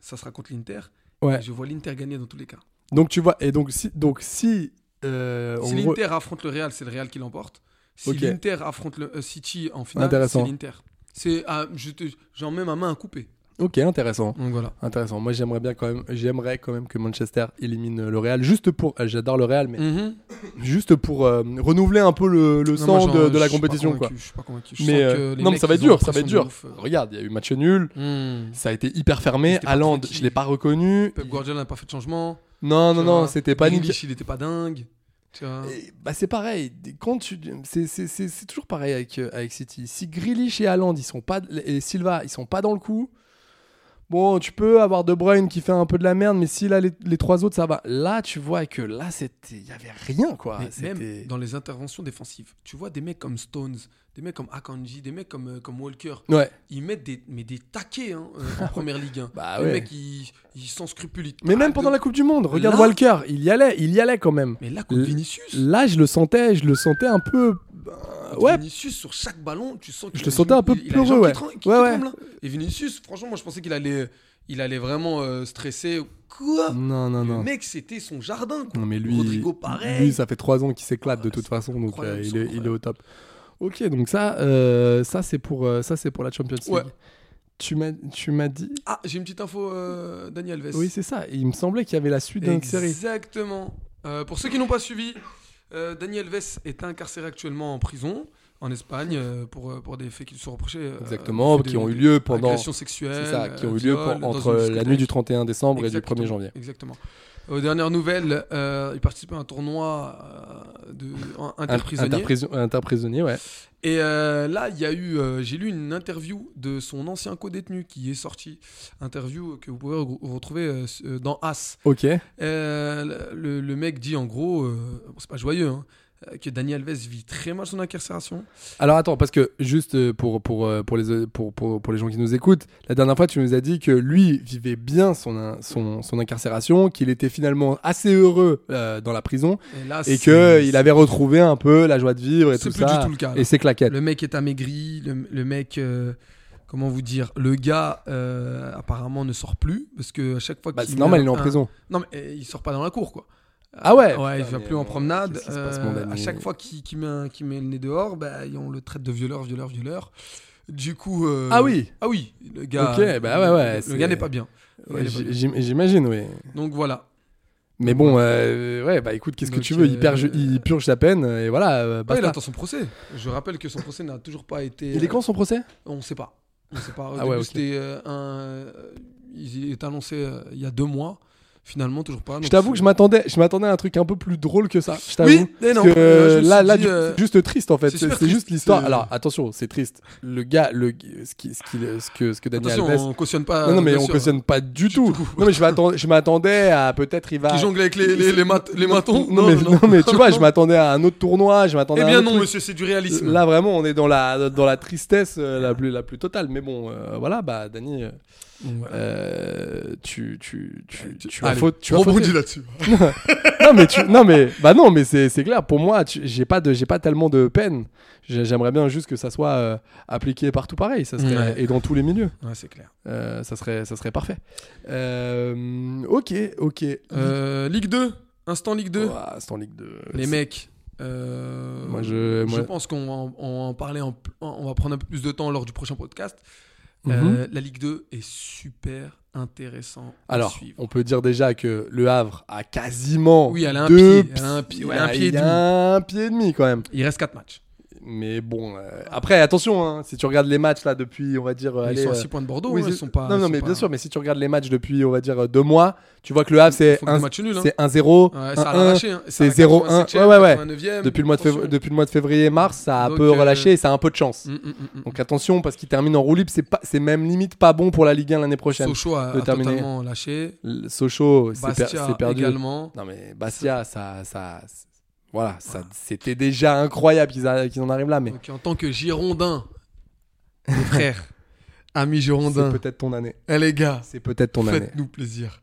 Speaker 10: ça sera contre l'Inter.
Speaker 9: Ouais.
Speaker 10: Et Je vois l'Inter gagner dans tous les cas.
Speaker 9: Donc tu vois, et donc si, donc si, euh,
Speaker 10: Si
Speaker 9: en gros-
Speaker 10: l'Inter affronte le Real, c'est le Real qui l'emporte. Si
Speaker 9: Ok.
Speaker 10: l'Inter affronte le euh, City en finale,
Speaker 9: Intéressant.
Speaker 10: c'est l'Inter. C'est ah, je te- j'en mets ma main à couper.
Speaker 9: ok, intéressant.
Speaker 10: Donc voilà.
Speaker 9: Intéressant. Moi, j'aimerais bien quand même, j'aimerais quand même que Manchester élimine le Real, juste pour. euh, J'adore le Real, mais
Speaker 10: Mhm.
Speaker 9: juste pour euh, renouveler un peu le, le
Speaker 10: Non,
Speaker 9: sang
Speaker 10: moi,
Speaker 9: de,
Speaker 10: j'en- je
Speaker 9: de la
Speaker 10: suis pas
Speaker 9: compétition, quoi.
Speaker 10: convaincu, Je suis pas convaincu. Je
Speaker 9: Mais
Speaker 10: sens
Speaker 9: euh,
Speaker 10: que les
Speaker 9: non, mais
Speaker 10: mecs,
Speaker 9: ça va
Speaker 10: ils
Speaker 9: être
Speaker 10: ont
Speaker 9: dur, ça va
Speaker 10: l'impression
Speaker 9: être
Speaker 10: de
Speaker 9: dur.
Speaker 10: ouf.
Speaker 9: Regarde, il y a eu match nul.
Speaker 10: Mhm.
Speaker 9: Ça a été hyper fermé.
Speaker 10: C'était pas
Speaker 9: Haaland,
Speaker 10: tranquille.
Speaker 9: je l'ai pas reconnu.
Speaker 10: Pep Guardiola n'a pas fait de changement.
Speaker 9: Non, non,
Speaker 10: tu
Speaker 9: non,
Speaker 10: vois.
Speaker 9: c'était pas nickel.
Speaker 10: Grealish, il était pas dingue. Tu vois.
Speaker 9: Et, bah c'est pareil. Quand tu, c'est, c'est, c'est, c'est toujours pareil avec, euh, avec City. Si Grealish et Haaland, ils sont pas, et Silva, ils sont pas dans le coup. Bon, tu peux avoir De Bruyne qui fait un peu de la merde, mais s'il a les, les trois autres, ça va. Là, tu vois que là, c'était, il y avait rien, quoi.
Speaker 10: Mais
Speaker 9: C'était-
Speaker 10: Bah, même dans les interventions défensives, tu vois des mecs comme Stones, des mecs comme Akanji, des mecs comme, euh, comme Walker,
Speaker 9: Ouais.
Speaker 10: ils mettent des, mais des taquets hein, euh, en première ligue. hein.
Speaker 9: Bah
Speaker 10: les
Speaker 9: ouais.
Speaker 10: mecs, ils, ils sont scrupuleux.
Speaker 9: Mais même pendant la Coupe du Monde, regarde
Speaker 10: Ah, Là-
Speaker 9: Walker, il y allait, il y allait quand même.
Speaker 10: Mais là, contre
Speaker 9: L-
Speaker 10: Vinicius,
Speaker 9: Là, je le sentais, je le sentais un peu. euh,
Speaker 10: contre
Speaker 9: ouais,
Speaker 10: Vinicius sur chaque ballon, tu sens que
Speaker 9: Je le sentais un peu
Speaker 10: il- il a les
Speaker 9: peureux,
Speaker 10: jambes
Speaker 9: ouais.
Speaker 10: qui trem- qui
Speaker 9: Ouais, ouais.
Speaker 10: tremblent, hein. Et Vinicius, franchement, moi je pensais qu'il allait, il allait vraiment euh, stresser. Quoi
Speaker 9: Non, non,
Speaker 10: Le
Speaker 9: non.
Speaker 10: mec, c'était son jardin. Quoi.
Speaker 9: Non, mais lui,
Speaker 10: Rodrigo, pareil.
Speaker 9: lui, ça fait trois ans qu'il s'éclate
Speaker 10: Ah,
Speaker 9: de
Speaker 10: ouais,
Speaker 9: toute
Speaker 10: c'est
Speaker 9: façon, donc
Speaker 10: incroyable,
Speaker 9: euh,
Speaker 10: c'est
Speaker 9: il, est, il est
Speaker 10: incroyable.
Speaker 9: au top. Ok, donc ça, euh, ça c'est pour, euh, ça, c'est pour la Champions League.
Speaker 10: Ouais.
Speaker 9: Tu m'as, tu m'as dit.
Speaker 10: Ah, j'ai une petite info, euh, Daniel Alves.
Speaker 9: Oui, c'est ça. Il me semblait qu'il y avait la suite d'une série.
Speaker 10: Exactement. Euh, pour ceux qui n'ont pas suivi, euh, Daniel Alves est incarcéré actuellement en prison en Espagne euh, pour, euh, pour des faits qui lui sont reprochés. euh,
Speaker 9: Exactement,
Speaker 10: des-
Speaker 9: qui ont eu
Speaker 10: des
Speaker 9: lieu pendant.
Speaker 10: agressions sexuelles,
Speaker 9: C'est ça, qui
Speaker 10: euh,
Speaker 9: ont eu lieu
Speaker 10: viols,
Speaker 9: pour-
Speaker 10: dans
Speaker 9: entre
Speaker 10: une
Speaker 9: la nuit
Speaker 10: discothèque.
Speaker 9: du 31 décembre et du
Speaker 10: Exactement,
Speaker 9: 1er janvier.
Speaker 10: Exactement. Aux dernières nouvelles, euh, il participait à un tournoi euh, de en- interprisonnier.
Speaker 9: Interprison- interprisonnier, ouais.
Speaker 10: Et euh, là, il y a eu, euh, j'ai lu une interview de son ancien co-détenu qui est sortie. Interview que vous pouvez re- retrouver euh, s- euh, dans As.
Speaker 9: Ok.
Speaker 10: Euh, le, le mec dit en gros, euh, bon, c'est pas joyeux, hein, euh, que Dani Alves vit très mal son incarcération.
Speaker 9: Alors attends, parce que juste euh, pour, pour, euh, pour, les, pour, pour, pour les gens qui nous écoutent, la dernière fois tu nous as dit que lui vivait bien son, in- son, son incarcération, qu'il était finalement assez heureux euh, dans la prison
Speaker 10: Et là,
Speaker 9: et
Speaker 10: Ah, c'est-
Speaker 9: qu'il avait retrouvé un peu la joie de vivre et
Speaker 10: C'est
Speaker 9: tout
Speaker 10: plus
Speaker 9: ça.
Speaker 10: du tout le cas, là.
Speaker 9: Et ses claquettes.
Speaker 10: Le mec est amaigri, le, le mec, euh, comment vous dire, le gars euh, apparemment ne sort plus parce que à chaque fois
Speaker 9: Bah,
Speaker 10: qu'il
Speaker 9: c'est normal,
Speaker 10: meurt,
Speaker 9: il est en
Speaker 10: un-
Speaker 9: prison.
Speaker 10: Non mais euh, il sort pas dans la cour quoi. Euh,
Speaker 9: Ah ouais
Speaker 10: Ouais, il
Speaker 9: Putain,
Speaker 10: va
Speaker 9: mais,
Speaker 10: plus en
Speaker 9: euh,
Speaker 10: promenade.
Speaker 9: qu'est-ce qui se passe,
Speaker 10: Euh,
Speaker 9: mon ami
Speaker 10: à chaque fois qu'il qu'il met, un- qu'il met le nez dehors, bah, on le traite de violeur, violeur, violeur. Du coup. euh,
Speaker 9: Ah oui
Speaker 10: Ah oui, le gars.
Speaker 9: Ok, bah ouais, ouais,
Speaker 10: Le
Speaker 9: c'est-
Speaker 10: gars n'est pas bien. Le gars
Speaker 9: Ouais,
Speaker 10: n'est pas
Speaker 9: j-
Speaker 10: bien.
Speaker 9: j'im- J'imagine, oui.
Speaker 10: Donc voilà.
Speaker 9: Mais bon, euh, ouais, bah écoute, qu'est-ce que
Speaker 10: Donc,
Speaker 9: tu veux il,
Speaker 10: euh,
Speaker 9: purge, il purge sa peine et voilà, euh,
Speaker 10: Ah, il euh,
Speaker 9: basta.
Speaker 10: attend son procès. Je rappelle que son procès n'a toujours pas été.
Speaker 9: il est quand son procès
Speaker 10: On ne sait pas. On sait pas. Au
Speaker 9: Ah
Speaker 10: début,
Speaker 9: ouais, ok.
Speaker 10: c'était euh, un. Il est annoncé euh, il y a deux mois. Finalement, toujours pas.
Speaker 9: Je
Speaker 10: Donc,
Speaker 9: t'avoue que je
Speaker 10: c'est-
Speaker 9: m'attendais, je m'attendais à un truc un peu plus drôle que ça. Je t'avoue.
Speaker 10: Oui, mais
Speaker 9: Parce
Speaker 10: non.
Speaker 9: que,
Speaker 10: Euh, je me
Speaker 9: là,
Speaker 10: suis
Speaker 9: là,
Speaker 10: dit,
Speaker 9: du-
Speaker 10: euh,
Speaker 9: juste triste en fait.
Speaker 10: c'est
Speaker 9: C'est
Speaker 10: super
Speaker 9: c'est juste
Speaker 10: triste,
Speaker 9: l'histoire.
Speaker 10: euh.
Speaker 9: Alors attention, c'est triste. Le gars, le ce qui, ce, qui- ce que, ce que Daniel
Speaker 10: Attention,
Speaker 9: Alves.
Speaker 10: on cautionne pas.
Speaker 9: non, non, mais
Speaker 10: bien
Speaker 9: on
Speaker 10: sûr.
Speaker 9: cautionne pas du tout.
Speaker 10: tout.
Speaker 9: Non, mais je m'attendais, je m'attendais à peut-être il va.
Speaker 10: Qui jongle avec les, les, les, mat- les matons
Speaker 9: Non, mais, non, mais tu vois, je m'attendais à un autre tournoi. Je m'attendais.
Speaker 10: Eh
Speaker 9: à un
Speaker 10: bien
Speaker 9: autre
Speaker 10: non,
Speaker 9: truc.
Speaker 10: monsieur, c'est du réalisme.
Speaker 9: Là vraiment, on est dans la dans la tristesse euh, la plus la plus totale. Mais bon, euh, voilà, bah Dani, euh, euh, tu tu tu tu as
Speaker 10: Allez,
Speaker 9: faute. Tu as fauté.
Speaker 10: rebondis là-dessus.
Speaker 9: non mais tu- non mais bah non mais c'est c'est clair pour moi tu- j'ai pas de j'ai pas tellement de peine J'ai- j'aimerais bien juste que ça soit euh, appliqué partout pareil ça serait-
Speaker 10: Ouais.
Speaker 9: et dans tous les milieux
Speaker 10: Ouais, c'est clair.
Speaker 9: Euh, ça serait ça serait parfait Euh, ok ok
Speaker 10: Euh, Ligue 2, instant Ligue 2.
Speaker 9: Ouah, c'est en Ligue 2
Speaker 10: Les mecs, euh,
Speaker 9: Moi, je- moi-
Speaker 10: pense qu'on va en, on va en parler, en- on va prendre un peu plus de temps lors du prochain podcast.
Speaker 9: Mhm.
Speaker 10: Euh, la Ligue 2 est super intéressant à
Speaker 9: alors
Speaker 10: suivre.
Speaker 9: on peut dire déjà que le Havre a quasiment
Speaker 10: Oui, elle a un
Speaker 9: deux
Speaker 10: pied, elle a un pied-
Speaker 9: il
Speaker 10: ouais, un
Speaker 9: a-
Speaker 10: pied et
Speaker 9: il a un pied et demi quand même
Speaker 10: Il reste 4 matchs.
Speaker 9: mais bon euh, après attention hein, si tu regardes les matchs là depuis on va dire euh,
Speaker 10: Ils
Speaker 9: allez,
Speaker 10: sont à
Speaker 9: euh,
Speaker 10: 6 points de Bordeaux,
Speaker 9: Oui,
Speaker 10: hein,
Speaker 9: c'est-
Speaker 10: ils sont pas.
Speaker 9: Non,
Speaker 10: ils
Speaker 9: non,
Speaker 10: sont
Speaker 9: mais
Speaker 10: pas-
Speaker 9: bien sûr, mais si tu regardes les matchs depuis, on va dire, euh, deux mois, tu vois que le Havre, c'est
Speaker 10: Faut que
Speaker 9: un-
Speaker 10: des matchs nuls, hein.
Speaker 9: c'est 1-0.
Speaker 10: Ouais, ça a
Speaker 9: 1-1.
Speaker 10: relâché. hein.
Speaker 9: c'est
Speaker 10: Ça a
Speaker 9: 0-1.
Speaker 10: 87e,
Speaker 9: Ouais, ouais, ouais.
Speaker 10: 89e,
Speaker 9: Depuis le, mois de fév-
Speaker 10: attention.
Speaker 9: depuis le mois de février, mars, ça a un
Speaker 10: Donc,
Speaker 9: peu
Speaker 10: euh,
Speaker 9: relâché et ça a un peu de chance.
Speaker 10: Mm, mm, mm, mm.
Speaker 9: Donc attention, parce qu'il termine en roue libre, c'est pas- c'est même limite pas bon pour la Ligue 1 l'année prochaine.
Speaker 10: Sochaux a,
Speaker 9: de
Speaker 10: a
Speaker 9: terminer.
Speaker 10: totalement lâché.
Speaker 9: Le- Sochaux, c'est per-
Speaker 10: Bastia
Speaker 9: c'est perdu.
Speaker 10: également.
Speaker 9: Non, mais Bastia, ça. ça c'est- voilà, ça- c'était déjà incroyable qu'ils a- qu'ils en arrivent là, mais
Speaker 10: Donc en tant que Girondin, mes frères, amis
Speaker 9: c'est
Speaker 10: Girondins,
Speaker 9: peut-être ton année.
Speaker 10: eh, les gars,
Speaker 9: C'est peut-être ton année.
Speaker 10: faites-nous plaisir.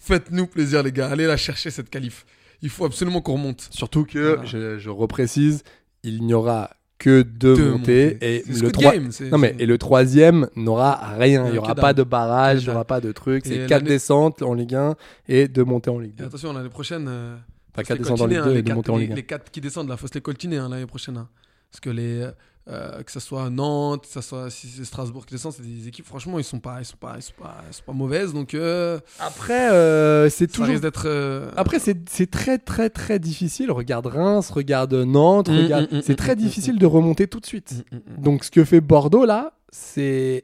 Speaker 10: Faites-nous plaisir, les gars. Allez la chercher, cette qualif. Il faut absolument qu'on remonte.
Speaker 9: Surtout que,
Speaker 10: Voilà.
Speaker 9: je, je reprécise, il n'y aura que deux,
Speaker 10: Deux
Speaker 9: montées,
Speaker 10: montées.
Speaker 9: et
Speaker 10: C'est
Speaker 9: le
Speaker 10: Squid
Speaker 9: trois-
Speaker 10: Game, c'est-
Speaker 9: Non mais
Speaker 10: c'est-
Speaker 9: et le troisième n'aura rien.
Speaker 10: Ouais,
Speaker 9: Il n'y
Speaker 10: que
Speaker 9: aura
Speaker 10: dalle.
Speaker 9: pas de barrage,
Speaker 10: Que
Speaker 9: il n'y aura pas de truc.
Speaker 10: Et
Speaker 9: C'est
Speaker 10: l'année-
Speaker 9: quatre descentes en Ligue 1 et deux montées en Ligue
Speaker 10: Et
Speaker 9: 2.
Speaker 10: attention, l'année prochaine. euh,
Speaker 9: Enfin,
Speaker 10: faut se
Speaker 9: quatre
Speaker 10: les
Speaker 9: descentes en
Speaker 10: coltiner,
Speaker 9: Ligue
Speaker 10: hein,
Speaker 9: 2
Speaker 10: les
Speaker 9: et deux
Speaker 10: quatre-
Speaker 9: montées en
Speaker 10: les-
Speaker 9: Ligue 1.
Speaker 10: Les 4 qui descendent, là, faut se les coltiner hein, l'année prochaine. hein. Parce que les. euh, que ce soit Nantes, que ce soit si c'est Strasbourg qui descend, c'est des équipes, franchement, ils sont pas, ils sont pas, ils sont pas, ils sont pas mauvaises. Donc, euh,
Speaker 9: Après, euh, c'est
Speaker 10: ça
Speaker 9: toujours... Ah.
Speaker 10: risque d'être. euh,
Speaker 9: Après, c'est c'est très très très difficile. Regarde Reims, regarde Nantes,
Speaker 10: Mm,
Speaker 9: regarde...
Speaker 10: mm, mm,
Speaker 9: c'est
Speaker 10: mm,
Speaker 9: très
Speaker 10: mm,
Speaker 9: difficile de remonter tout de
Speaker 10: mm,
Speaker 9: suite.
Speaker 10: mm, mm.
Speaker 9: Donc ce que fait Bordeaux là, c'est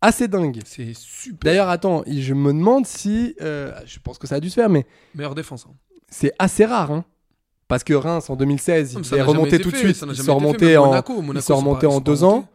Speaker 9: assez dingue.
Speaker 10: c'est super.
Speaker 9: D'ailleurs, attends, je me demande si... euh, je pense que ça a dû se faire, mais...
Speaker 10: Meilleure défense. hein.
Speaker 9: c'est assez rare. hein. Parce que Reims, en 2016,
Speaker 10: Non, mais
Speaker 9: ils
Speaker 10: ça
Speaker 9: est
Speaker 10: n'a jamais
Speaker 9: remonté
Speaker 10: été
Speaker 9: tout de
Speaker 10: fait,
Speaker 9: suite.
Speaker 10: ça n'a
Speaker 9: Ils
Speaker 10: jamais été
Speaker 9: sont
Speaker 10: fait,
Speaker 9: remontés
Speaker 10: même
Speaker 9: en,
Speaker 10: Monaco, Monaco,
Speaker 9: ils sont
Speaker 10: c'est pas-
Speaker 9: remontés en
Speaker 10: c'est
Speaker 9: deux
Speaker 10: pas
Speaker 9: ans.
Speaker 10: remonté.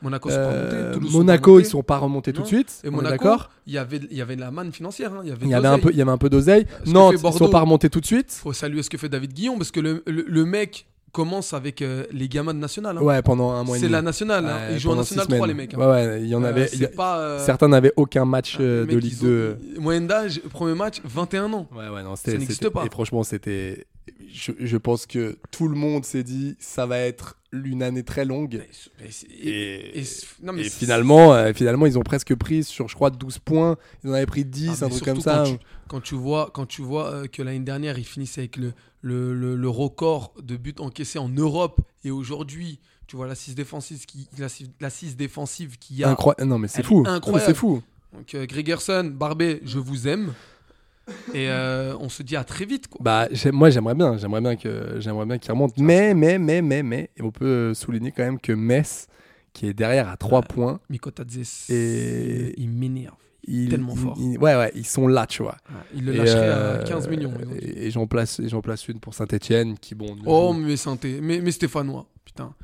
Speaker 10: Monaco, c'est pas remonté,
Speaker 9: Euh,
Speaker 10: Toulouse, c'est pas
Speaker 9: Monaco,
Speaker 10: remonté.
Speaker 9: ils sont pas remontés tout de
Speaker 10: Non.
Speaker 9: suite.
Speaker 10: Et
Speaker 9: on est
Speaker 10: Monaco,
Speaker 9: d'accord.
Speaker 10: il y avait, il y avait de la manne financière. hein, Il y avait,
Speaker 9: Il
Speaker 10: de
Speaker 9: y avait un
Speaker 10: l'oseille.
Speaker 9: peu, il y avait un peu d'oseille.
Speaker 10: que
Speaker 9: Nantes,
Speaker 10: fait
Speaker 9: ils sont
Speaker 10: Bordeaux
Speaker 9: pas remontés tout de suite.
Speaker 10: Faut saluer ce que fait David Guillon parce que le, le- le mec commence avec euh, les gamins de national. hein.
Speaker 9: Ouais, pendant un mois. et
Speaker 10: c'est
Speaker 9: demi.
Speaker 10: la nationale. hein.
Speaker 9: Ouais,
Speaker 10: Ils jouent en
Speaker 9: pendant six
Speaker 10: national 3 les
Speaker 9: semaines.
Speaker 10: mecs. hein.
Speaker 9: Ouais, ouais, il y en
Speaker 10: Euh,
Speaker 9: avait.
Speaker 10: c'est
Speaker 9: il y a-
Speaker 10: pas, euh,
Speaker 9: Certains n'avaient aucun match
Speaker 10: les
Speaker 9: euh,
Speaker 10: mecs,
Speaker 9: de
Speaker 10: ils
Speaker 9: Ligue
Speaker 10: ont-
Speaker 9: 2.
Speaker 10: Moyenne d'âge, premier match, 21 ans.
Speaker 9: Ouais, ouais, non,
Speaker 10: Ça
Speaker 9: c'était.
Speaker 10: n'existe
Speaker 9: c'était-
Speaker 10: pas.
Speaker 9: Et franchement, c'était. Je, je pense que tout le monde s'est dit, ça va être une année très longue.
Speaker 10: Mais c'est-
Speaker 9: Et,
Speaker 10: et c'est- non, mais
Speaker 9: Et
Speaker 10: c'est-
Speaker 9: finalement, euh, finalement, ils ont presque pris sur, je crois, 12 points. Ils en avaient pris 10,
Speaker 10: Ah,
Speaker 9: un
Speaker 10: mais
Speaker 9: truc
Speaker 10: surtout
Speaker 9: comme ça. hein.
Speaker 10: Quand tu, quand tu vois, quand tu vois euh, que l'année dernière, ils finissent avec le, le, le- le record de buts encaissés en Europe et aujourd'hui, tu vois l'assise défensive qui l'assise l'assise défensive qu'il y a.
Speaker 9: Incroy- Non, mais c'est
Speaker 10: Elle est
Speaker 9: fou.
Speaker 10: incroyable.
Speaker 9: Non, mais C'est fou.
Speaker 10: Donc euh, Gregerson, Barbet, je vous aime. Et euh, on se dit à très vite quoi.
Speaker 9: Bah, j'ai- moi, j'aimerais bien. J'aimerais bien que, j'aimerais bien qu'ils remontent. Mais, mais, mais, mais, mais, et on peut souligner quand même que Metz, qui est derrière à 3 points,
Speaker 10: Mikotadze,
Speaker 9: Et-
Speaker 10: il m'énerve.
Speaker 9: ils,
Speaker 10: Tellement
Speaker 9: ils-
Speaker 10: fort.
Speaker 9: ils- ouais, ouais, ils sont là, tu vois.
Speaker 10: Il le
Speaker 9: Et,
Speaker 10: lâcherait
Speaker 9: euh,
Speaker 10: à 15 millions. ils ont dit.
Speaker 9: Et, et j'en place, et j'en place une pour Saint-Etienne, qui bon. ne
Speaker 10: Oh
Speaker 9: joue-
Speaker 10: mais santé, mais, mais Stéphanois, putain.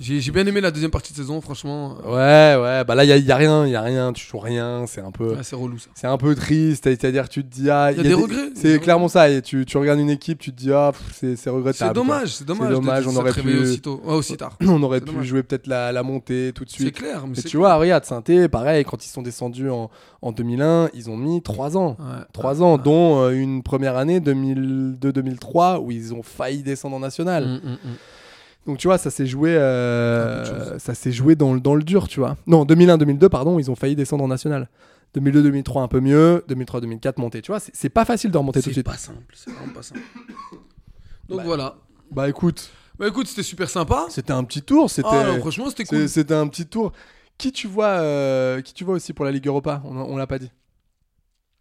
Speaker 10: J'ai j'ai bien aimé la deuxième partie de saison, franchement.
Speaker 9: Ouais, ouais, bah là, il y a, il y a rien, il y a rien, tu joues rien, c'est un peu.
Speaker 10: Ah, c'est relou ça.
Speaker 9: C'est un peu triste, c'est-à-dire tu te dis ah,
Speaker 10: Il y a des regrets, il y a des
Speaker 9: C'est clairement ça, et tu, tu regardes une équipe, tu te dis ah, pff, c'est c'est regrettable.
Speaker 10: C'est
Speaker 9: quoi.
Speaker 10: dommage, c'est dommage.
Speaker 9: C'est
Speaker 10: de-
Speaker 9: dommage,
Speaker 10: de
Speaker 9: on
Speaker 10: s'être
Speaker 9: aurait
Speaker 10: réveillé
Speaker 9: pu-
Speaker 10: aussi tôt. Ouais, aussi tard.
Speaker 9: On aurait
Speaker 10: C'est
Speaker 9: pu
Speaker 10: dommage.
Speaker 9: jouer peut-être la, la montée tout de
Speaker 10: C'est
Speaker 9: suite.
Speaker 10: clair, mais
Speaker 9: Mais
Speaker 10: c'est
Speaker 9: tu vois, regarde, Saint-Thé, pareil, quand ils sont descendus en, en 2001, ils ont mis 3 ans.
Speaker 10: Ouais.
Speaker 9: 3
Speaker 10: Ah.
Speaker 9: ans, dont euh, une première année, 2002-2003, où ils ont failli descendre en national.
Speaker 10: Mm, mm, mm.
Speaker 9: Donc tu vois, ça s'est joué, euh,
Speaker 10: Un peu de
Speaker 9: ça s'est joué dans, le- dans le dur, tu vois. Non, 2001-2002, pardon, ils ont failli descendre en national. 2002-2003, un peu mieux. 2003-2004, monter. Tu vois, c'est- c'est pas facile de remonter tout
Speaker 10: C'est
Speaker 9: de suite.
Speaker 10: pas simple, c'est vraiment pas simple. Donc voilà.
Speaker 9: Bah écoute,
Speaker 10: Bah écoute, c'était super sympa.
Speaker 9: c'était un petit tour, c'était.
Speaker 10: Ah, franchement, c'était
Speaker 9: c'est-
Speaker 10: cool.
Speaker 9: C'était un petit tour. Qui tu vois, euh, qui tu vois aussi pour la Ligue Europa On, on l'a pas dit.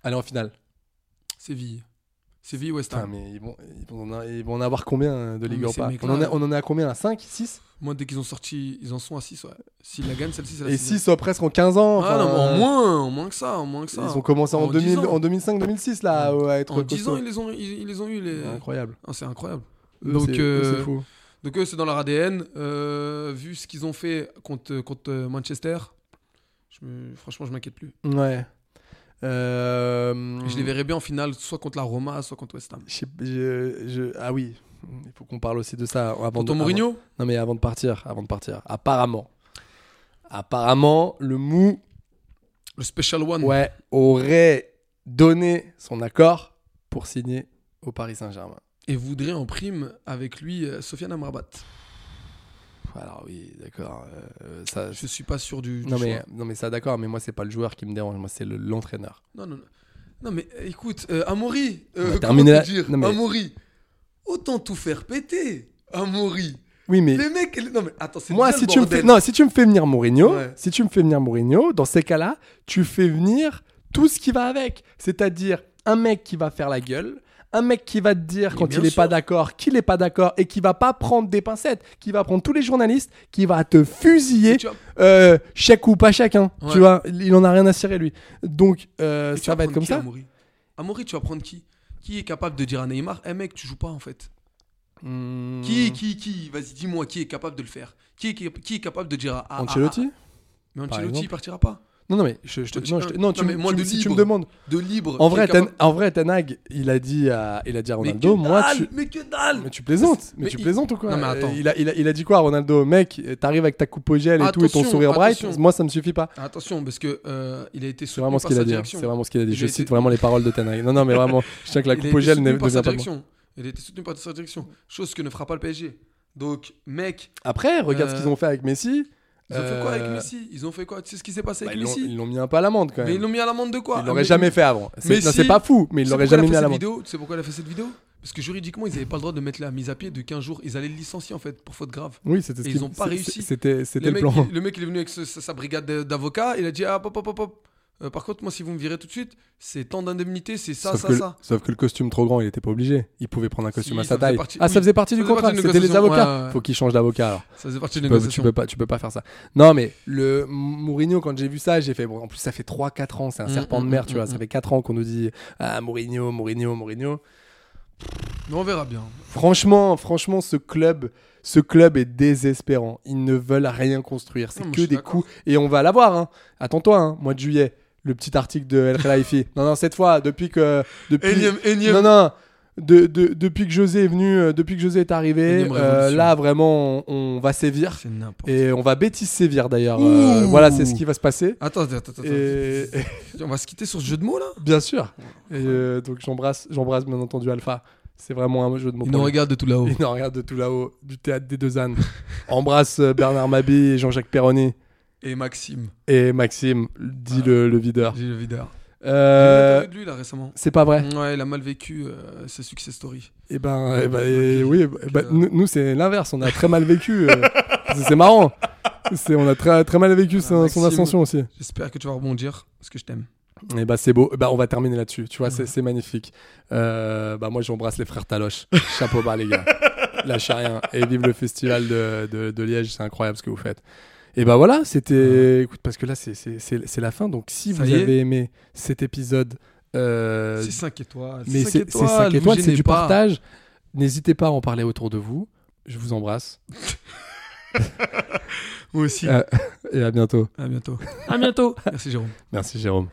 Speaker 9: Allez en finale.
Speaker 10: Séville. Séville, West
Speaker 9: Putain,
Speaker 10: Ham.
Speaker 9: mais ils vont, ils vont en a- ils vont en avoir combien euh, de
Speaker 10: Non, Ah,
Speaker 9: Ligue
Speaker 10: mais ces
Speaker 9: Europa on
Speaker 10: mecs-là,
Speaker 9: en, a, on en est à combien là 5 6
Speaker 10: Moi, dès qu'ils ont sorti, ils en sont à 6. Ouais. S'ils la gagnent, celle-ci, c'est la
Speaker 9: Et
Speaker 10: sixième.
Speaker 9: 6 presque en 15 ans.
Speaker 10: Ah non, mais
Speaker 9: enfin,
Speaker 10: en moins, en moins que ça, en moins que ça.
Speaker 9: Ils ont commencé en,
Speaker 10: En
Speaker 9: 2000
Speaker 10: 10 ans.
Speaker 9: en 2005-2006 là à- à être
Speaker 10: En 10
Speaker 9: costauds.
Speaker 10: ans, ils les ont, ils, ils les ont eu. Les...
Speaker 9: Incroyable.
Speaker 10: Ah, c'est incroyable.
Speaker 9: Eux,
Speaker 10: Donc,
Speaker 9: c'est- eux, c'est
Speaker 10: euh,
Speaker 9: fou.
Speaker 10: Donc eux, c'est dans leur ADN. Euh, vu ce qu'ils ont fait contre, contre euh, Manchester, je me- franchement, je m'inquiète plus.
Speaker 9: Ouais. Euh,
Speaker 10: Je les verrai bien en finale, soit contre la Roma, soit contre West Ham.
Speaker 9: je sais- je- je- Ah oui, il faut qu'on parle aussi de ça avant de-
Speaker 10: Contre
Speaker 9: avant-
Speaker 10: Mourinho
Speaker 9: Non mais avant de partir, avant de partir. Apparemment, apparemment, le mou
Speaker 10: Le Special One.
Speaker 9: ouais aurait donné son accord pour signer au Paris Saint-Germain.
Speaker 10: Et voudrait en prime avec lui euh, Sofiane Amrabat.
Speaker 9: Alors oui, d'accord. euh, ça.
Speaker 10: Je suis pas sûr du, du
Speaker 9: Non mais,
Speaker 10: choix.
Speaker 9: non mais ça d'accord, mais moi c'est pas le joueur qui me dérange, moi c'est le- l'entraîneur.
Speaker 10: Non, non, non. Non, mais euh, écoute, euh, Amaury,
Speaker 9: euh, On va
Speaker 10: euh, comment
Speaker 9: terminer
Speaker 10: te
Speaker 9: là-
Speaker 10: dire
Speaker 9: non, mais-
Speaker 10: Amaury, autant tout faire péter. Amaury.
Speaker 9: Oui mais
Speaker 10: Les mecs, les- non mais attends, c'est
Speaker 9: Moi,
Speaker 10: déjà
Speaker 9: si
Speaker 10: le
Speaker 9: tu, me
Speaker 10: bordel.
Speaker 9: fais, non, si tu me fais venir Mourinho,
Speaker 10: Ouais.
Speaker 9: si tu me fais venir Mourinho, dans ces cas-là, tu fais venir tout ce qui va avec. C'est-à-dire un mec qui va faire la gueule, un mec qui va te dire
Speaker 10: Mais
Speaker 9: quand
Speaker 10: bien
Speaker 9: il n'est
Speaker 10: sûr.
Speaker 9: pas d'accord qu'il n'est pas d'accord et qui va pas prendre des pincettes, qui va prendre tous les journalistes, qui va te fusiller,
Speaker 10: Et tu vas-
Speaker 9: euh, chèque ou pas chacun.
Speaker 10: Ouais.
Speaker 9: Tu vois, il en a rien à cirer lui. Donc euh,
Speaker 10: Et tu
Speaker 9: ça
Speaker 10: vas
Speaker 9: va être
Speaker 10: prendre
Speaker 9: comme
Speaker 10: qui,
Speaker 9: ça.
Speaker 10: Amaury Amaury, tu vas prendre qui Qui est capable de dire à Neymar, Eh mec, tu joues pas en fait
Speaker 9: Hmm.
Speaker 10: hein, Qui, qui, qui Vas-y, dis-moi qui est capable de le faire qui est, qui est capable de dire à. à- à- à-
Speaker 9: Ancelotti
Speaker 10: Mais
Speaker 9: par
Speaker 10: Ancelotti,
Speaker 9: exemple.
Speaker 10: il partira pas.
Speaker 9: Non, non, mais je, je te,
Speaker 10: Ancelotti-
Speaker 9: non, je te- non,
Speaker 10: Non,
Speaker 9: tu,
Speaker 10: mais
Speaker 9: me-
Speaker 10: moi,
Speaker 9: tu me-
Speaker 10: de
Speaker 9: si tu me
Speaker 10: libre.
Speaker 9: demandes.
Speaker 10: De libre.
Speaker 9: En
Speaker 10: qui
Speaker 9: vrai,
Speaker 10: est capable-
Speaker 9: Ten- en vrai, Tanag, il a dit à, il a dit à
Speaker 10: Mais que
Speaker 9: Ronaldo, moi,
Speaker 10: dalle,
Speaker 9: tu,
Speaker 10: Mais que dalle
Speaker 9: Mais tu plaisantes, mais,
Speaker 10: Mais
Speaker 9: tu
Speaker 10: il-
Speaker 9: plaisantes ou quoi
Speaker 10: Non, mais attends.
Speaker 9: Euh, Il a, il, a, il a dit quoi, Ronaldo Mec, euh, t'arrives avec ta coupe au gel et tout et ton
Speaker 10: Attention,
Speaker 9: sourire bright,
Speaker 10: attention.
Speaker 9: moi ça me suffit pas.
Speaker 10: Attention, parce que euh, il a été
Speaker 9: C'est
Speaker 10: soutenu
Speaker 9: vraiment
Speaker 10: par
Speaker 9: ce qu'il
Speaker 10: sa
Speaker 9: a dit. hein.
Speaker 10: direction.
Speaker 9: C'est vraiment ce qu'il a dit.
Speaker 10: Il
Speaker 9: Je
Speaker 10: a
Speaker 9: cite
Speaker 10: été-
Speaker 9: vraiment les paroles de Tanag. Non, non, mais vraiment, je tiens que la
Speaker 10: Il a
Speaker 9: coupe au
Speaker 10: été
Speaker 9: gel ne,
Speaker 10: soutenu par
Speaker 9: devient
Speaker 10: sa
Speaker 9: pas. bon.
Speaker 10: direction. Il a été soutenu par sa direction. Chose que ne fera pas le PSG. Donc, mec,
Speaker 9: Après, regarde
Speaker 10: Euh,
Speaker 9: ce qu'ils ont fait avec Messi.
Speaker 10: ils ont fait quoi avec
Speaker 9: Euh,
Speaker 10: Messi Ils ont fait quoi Tu sais ce qui s'est passé
Speaker 9: bah,
Speaker 10: avec
Speaker 9: ils l'ont-
Speaker 10: Messi
Speaker 9: Ils l'ont mis un peu à l'amende quand
Speaker 10: Mais ils
Speaker 9: même.
Speaker 10: l'ont mis à l'amende de quoi
Speaker 9: Ils l'auraient jamais fait avant. C'est
Speaker 10: Messi-
Speaker 9: non, c'est pas fou, mais ils
Speaker 10: Tu sais
Speaker 9: l'auraient
Speaker 10: pourquoi elle a
Speaker 9: jamais mis
Speaker 10: fait
Speaker 9: à
Speaker 10: cette
Speaker 9: l'amende.
Speaker 10: vidéo Tu sais pourquoi elle a fait cette vidéo Parce que juridiquement, ils n'avaient pas le droit de mettre la mise à pied de 15 jours. Ils allaient le licencier en fait pour faute grave.
Speaker 9: Oui, c'était ce
Speaker 10: Et ils
Speaker 9: qu'ils
Speaker 10: ont pas réussi.
Speaker 9: C'était c'était
Speaker 10: Le
Speaker 9: le
Speaker 10: mec,
Speaker 9: plan.
Speaker 10: il- le mec, il est venu avec ce- sa, sa brigade de- d'avocats. Il a dit Ah, pop, pop, pop, pop. Euh, par contre, moi, si vous me virez tout de suite, c'est tant d'indemnité, c'est ça,
Speaker 9: Sauf
Speaker 10: ça,
Speaker 9: que,
Speaker 10: ça.
Speaker 9: le- sauf que le costume trop grand, il était pas obligé. Il pouvait prendre un costume
Speaker 10: Si,
Speaker 9: à
Speaker 10: ça
Speaker 9: sa
Speaker 10: faisait
Speaker 9: taille.
Speaker 10: partie-
Speaker 9: Ah,
Speaker 10: oui,
Speaker 9: ça faisait partie
Speaker 10: ça
Speaker 9: du
Speaker 10: faisait
Speaker 9: contrat.
Speaker 10: partie d'une
Speaker 9: C'était les
Speaker 10: négociation,
Speaker 9: avocats.
Speaker 10: ouais, ouais.
Speaker 9: Faut qu'il change d'avocat alors.
Speaker 10: Ça faisait partie de
Speaker 9: Tu peux, tu
Speaker 10: négociation.
Speaker 9: peux pas, tu peux pas faire ça. Non, mais le M- Mourinho, quand j'ai vu ça, j'ai fait. Bon, en plus, ça fait 3-4 ans, c'est un
Speaker 10: Mm,
Speaker 9: serpent de
Speaker 10: mm,
Speaker 9: mer,
Speaker 10: mm,
Speaker 9: tu vois.
Speaker 10: mm,
Speaker 9: Ça
Speaker 10: mm.
Speaker 9: fait 4 ans qu'on nous dit ah, Mourinho, Mourinho, Mourinho.
Speaker 10: Mais on verra bien.
Speaker 9: Franchement, franchement, ce club, ce club est désespérant. Ils ne veulent rien construire. C'est
Speaker 10: Non, mais je
Speaker 9: que
Speaker 10: suis
Speaker 9: des
Speaker 10: d'accord.
Speaker 9: coups. Et on va l'avoir. Hein. Attends-toi, hein, mois de juillet, le petit article de El Khelaifi. non, non, cette fois, depuis que. Depuis,
Speaker 10: Énième, énième.
Speaker 9: Non, non. de- de- depuis que José est venu, euh, depuis que José est arrivé,
Speaker 10: Énième
Speaker 9: euh,
Speaker 10: révolution.
Speaker 9: là vraiment, on, on va sévir.
Speaker 10: C'est n'importe quoi.
Speaker 9: Et on va Bétis sévir d'ailleurs. Euh, voilà, c'est ce qui va se passer.
Speaker 10: Attends, attends, attends. attends.
Speaker 9: Et
Speaker 10: On va se quitter sur ce jeu de mots là
Speaker 9: bien sûr. Et, euh, donc j'embrasse, j'embrasse bien entendu Alpha. C'est vraiment un jeu de mots.
Speaker 10: Il
Speaker 9: pour
Speaker 10: nous
Speaker 9: lui.
Speaker 10: regarde de tout là-haut.
Speaker 9: Il nous regarde de tout là-haut, du théâtre des deux ânes. embrasse euh, Bernard Mabi et Jean-Jacques Perroni
Speaker 10: Et Maxime,
Speaker 9: et Maxime, dit le, le videur.
Speaker 10: j'ai le videur.
Speaker 9: Ah. Euh,
Speaker 10: de lui là récemment.
Speaker 9: c'est pas vrai.
Speaker 10: Ouais, il a mal vécu euh, ses success stories.
Speaker 9: Et ben, eh ben, eh oui, eh ben,
Speaker 10: euh,
Speaker 9: nous, nous, c'est l'inverse. On a très mal vécu. euh, c'est c'est marrant. C'est, on a très, très mal vécu son- son
Speaker 10: Maxime.
Speaker 9: ascension aussi.
Speaker 10: J'espère que tu vas rebondir parce que je t'aime.
Speaker 9: Et bah c'est beau. Eh Bah on va terminer là-dessus. Tu vois, c'est- c'est magnifique. Euh, bah moi j'embrasse les frères Taloche. Chapeau bas les gars. Lâchez rien. Et vive le festival de, de- de Liège. C'est incroyable ce que vous faites. Et bah voilà, c'était. Écoute, parce que là c'est- c'est c'est- c'est la fin. Donc si
Speaker 10: Ça
Speaker 9: vous
Speaker 10: y est.
Speaker 9: avez aimé cet épisode, euh,
Speaker 10: C'est 5 étoiles.
Speaker 9: mais
Speaker 10: cinq
Speaker 9: c'est c'est cinq
Speaker 10: vous
Speaker 9: étoiles, c'est
Speaker 10: gênez
Speaker 9: du
Speaker 10: pas.
Speaker 9: partage. N'hésitez pas à en parler autour de vous. Je vous embrasse.
Speaker 10: Moi aussi.
Speaker 9: Euh, et à bientôt. Euh,
Speaker 10: À bientôt. À bientôt. Merci Jérôme.
Speaker 9: Merci Jérôme.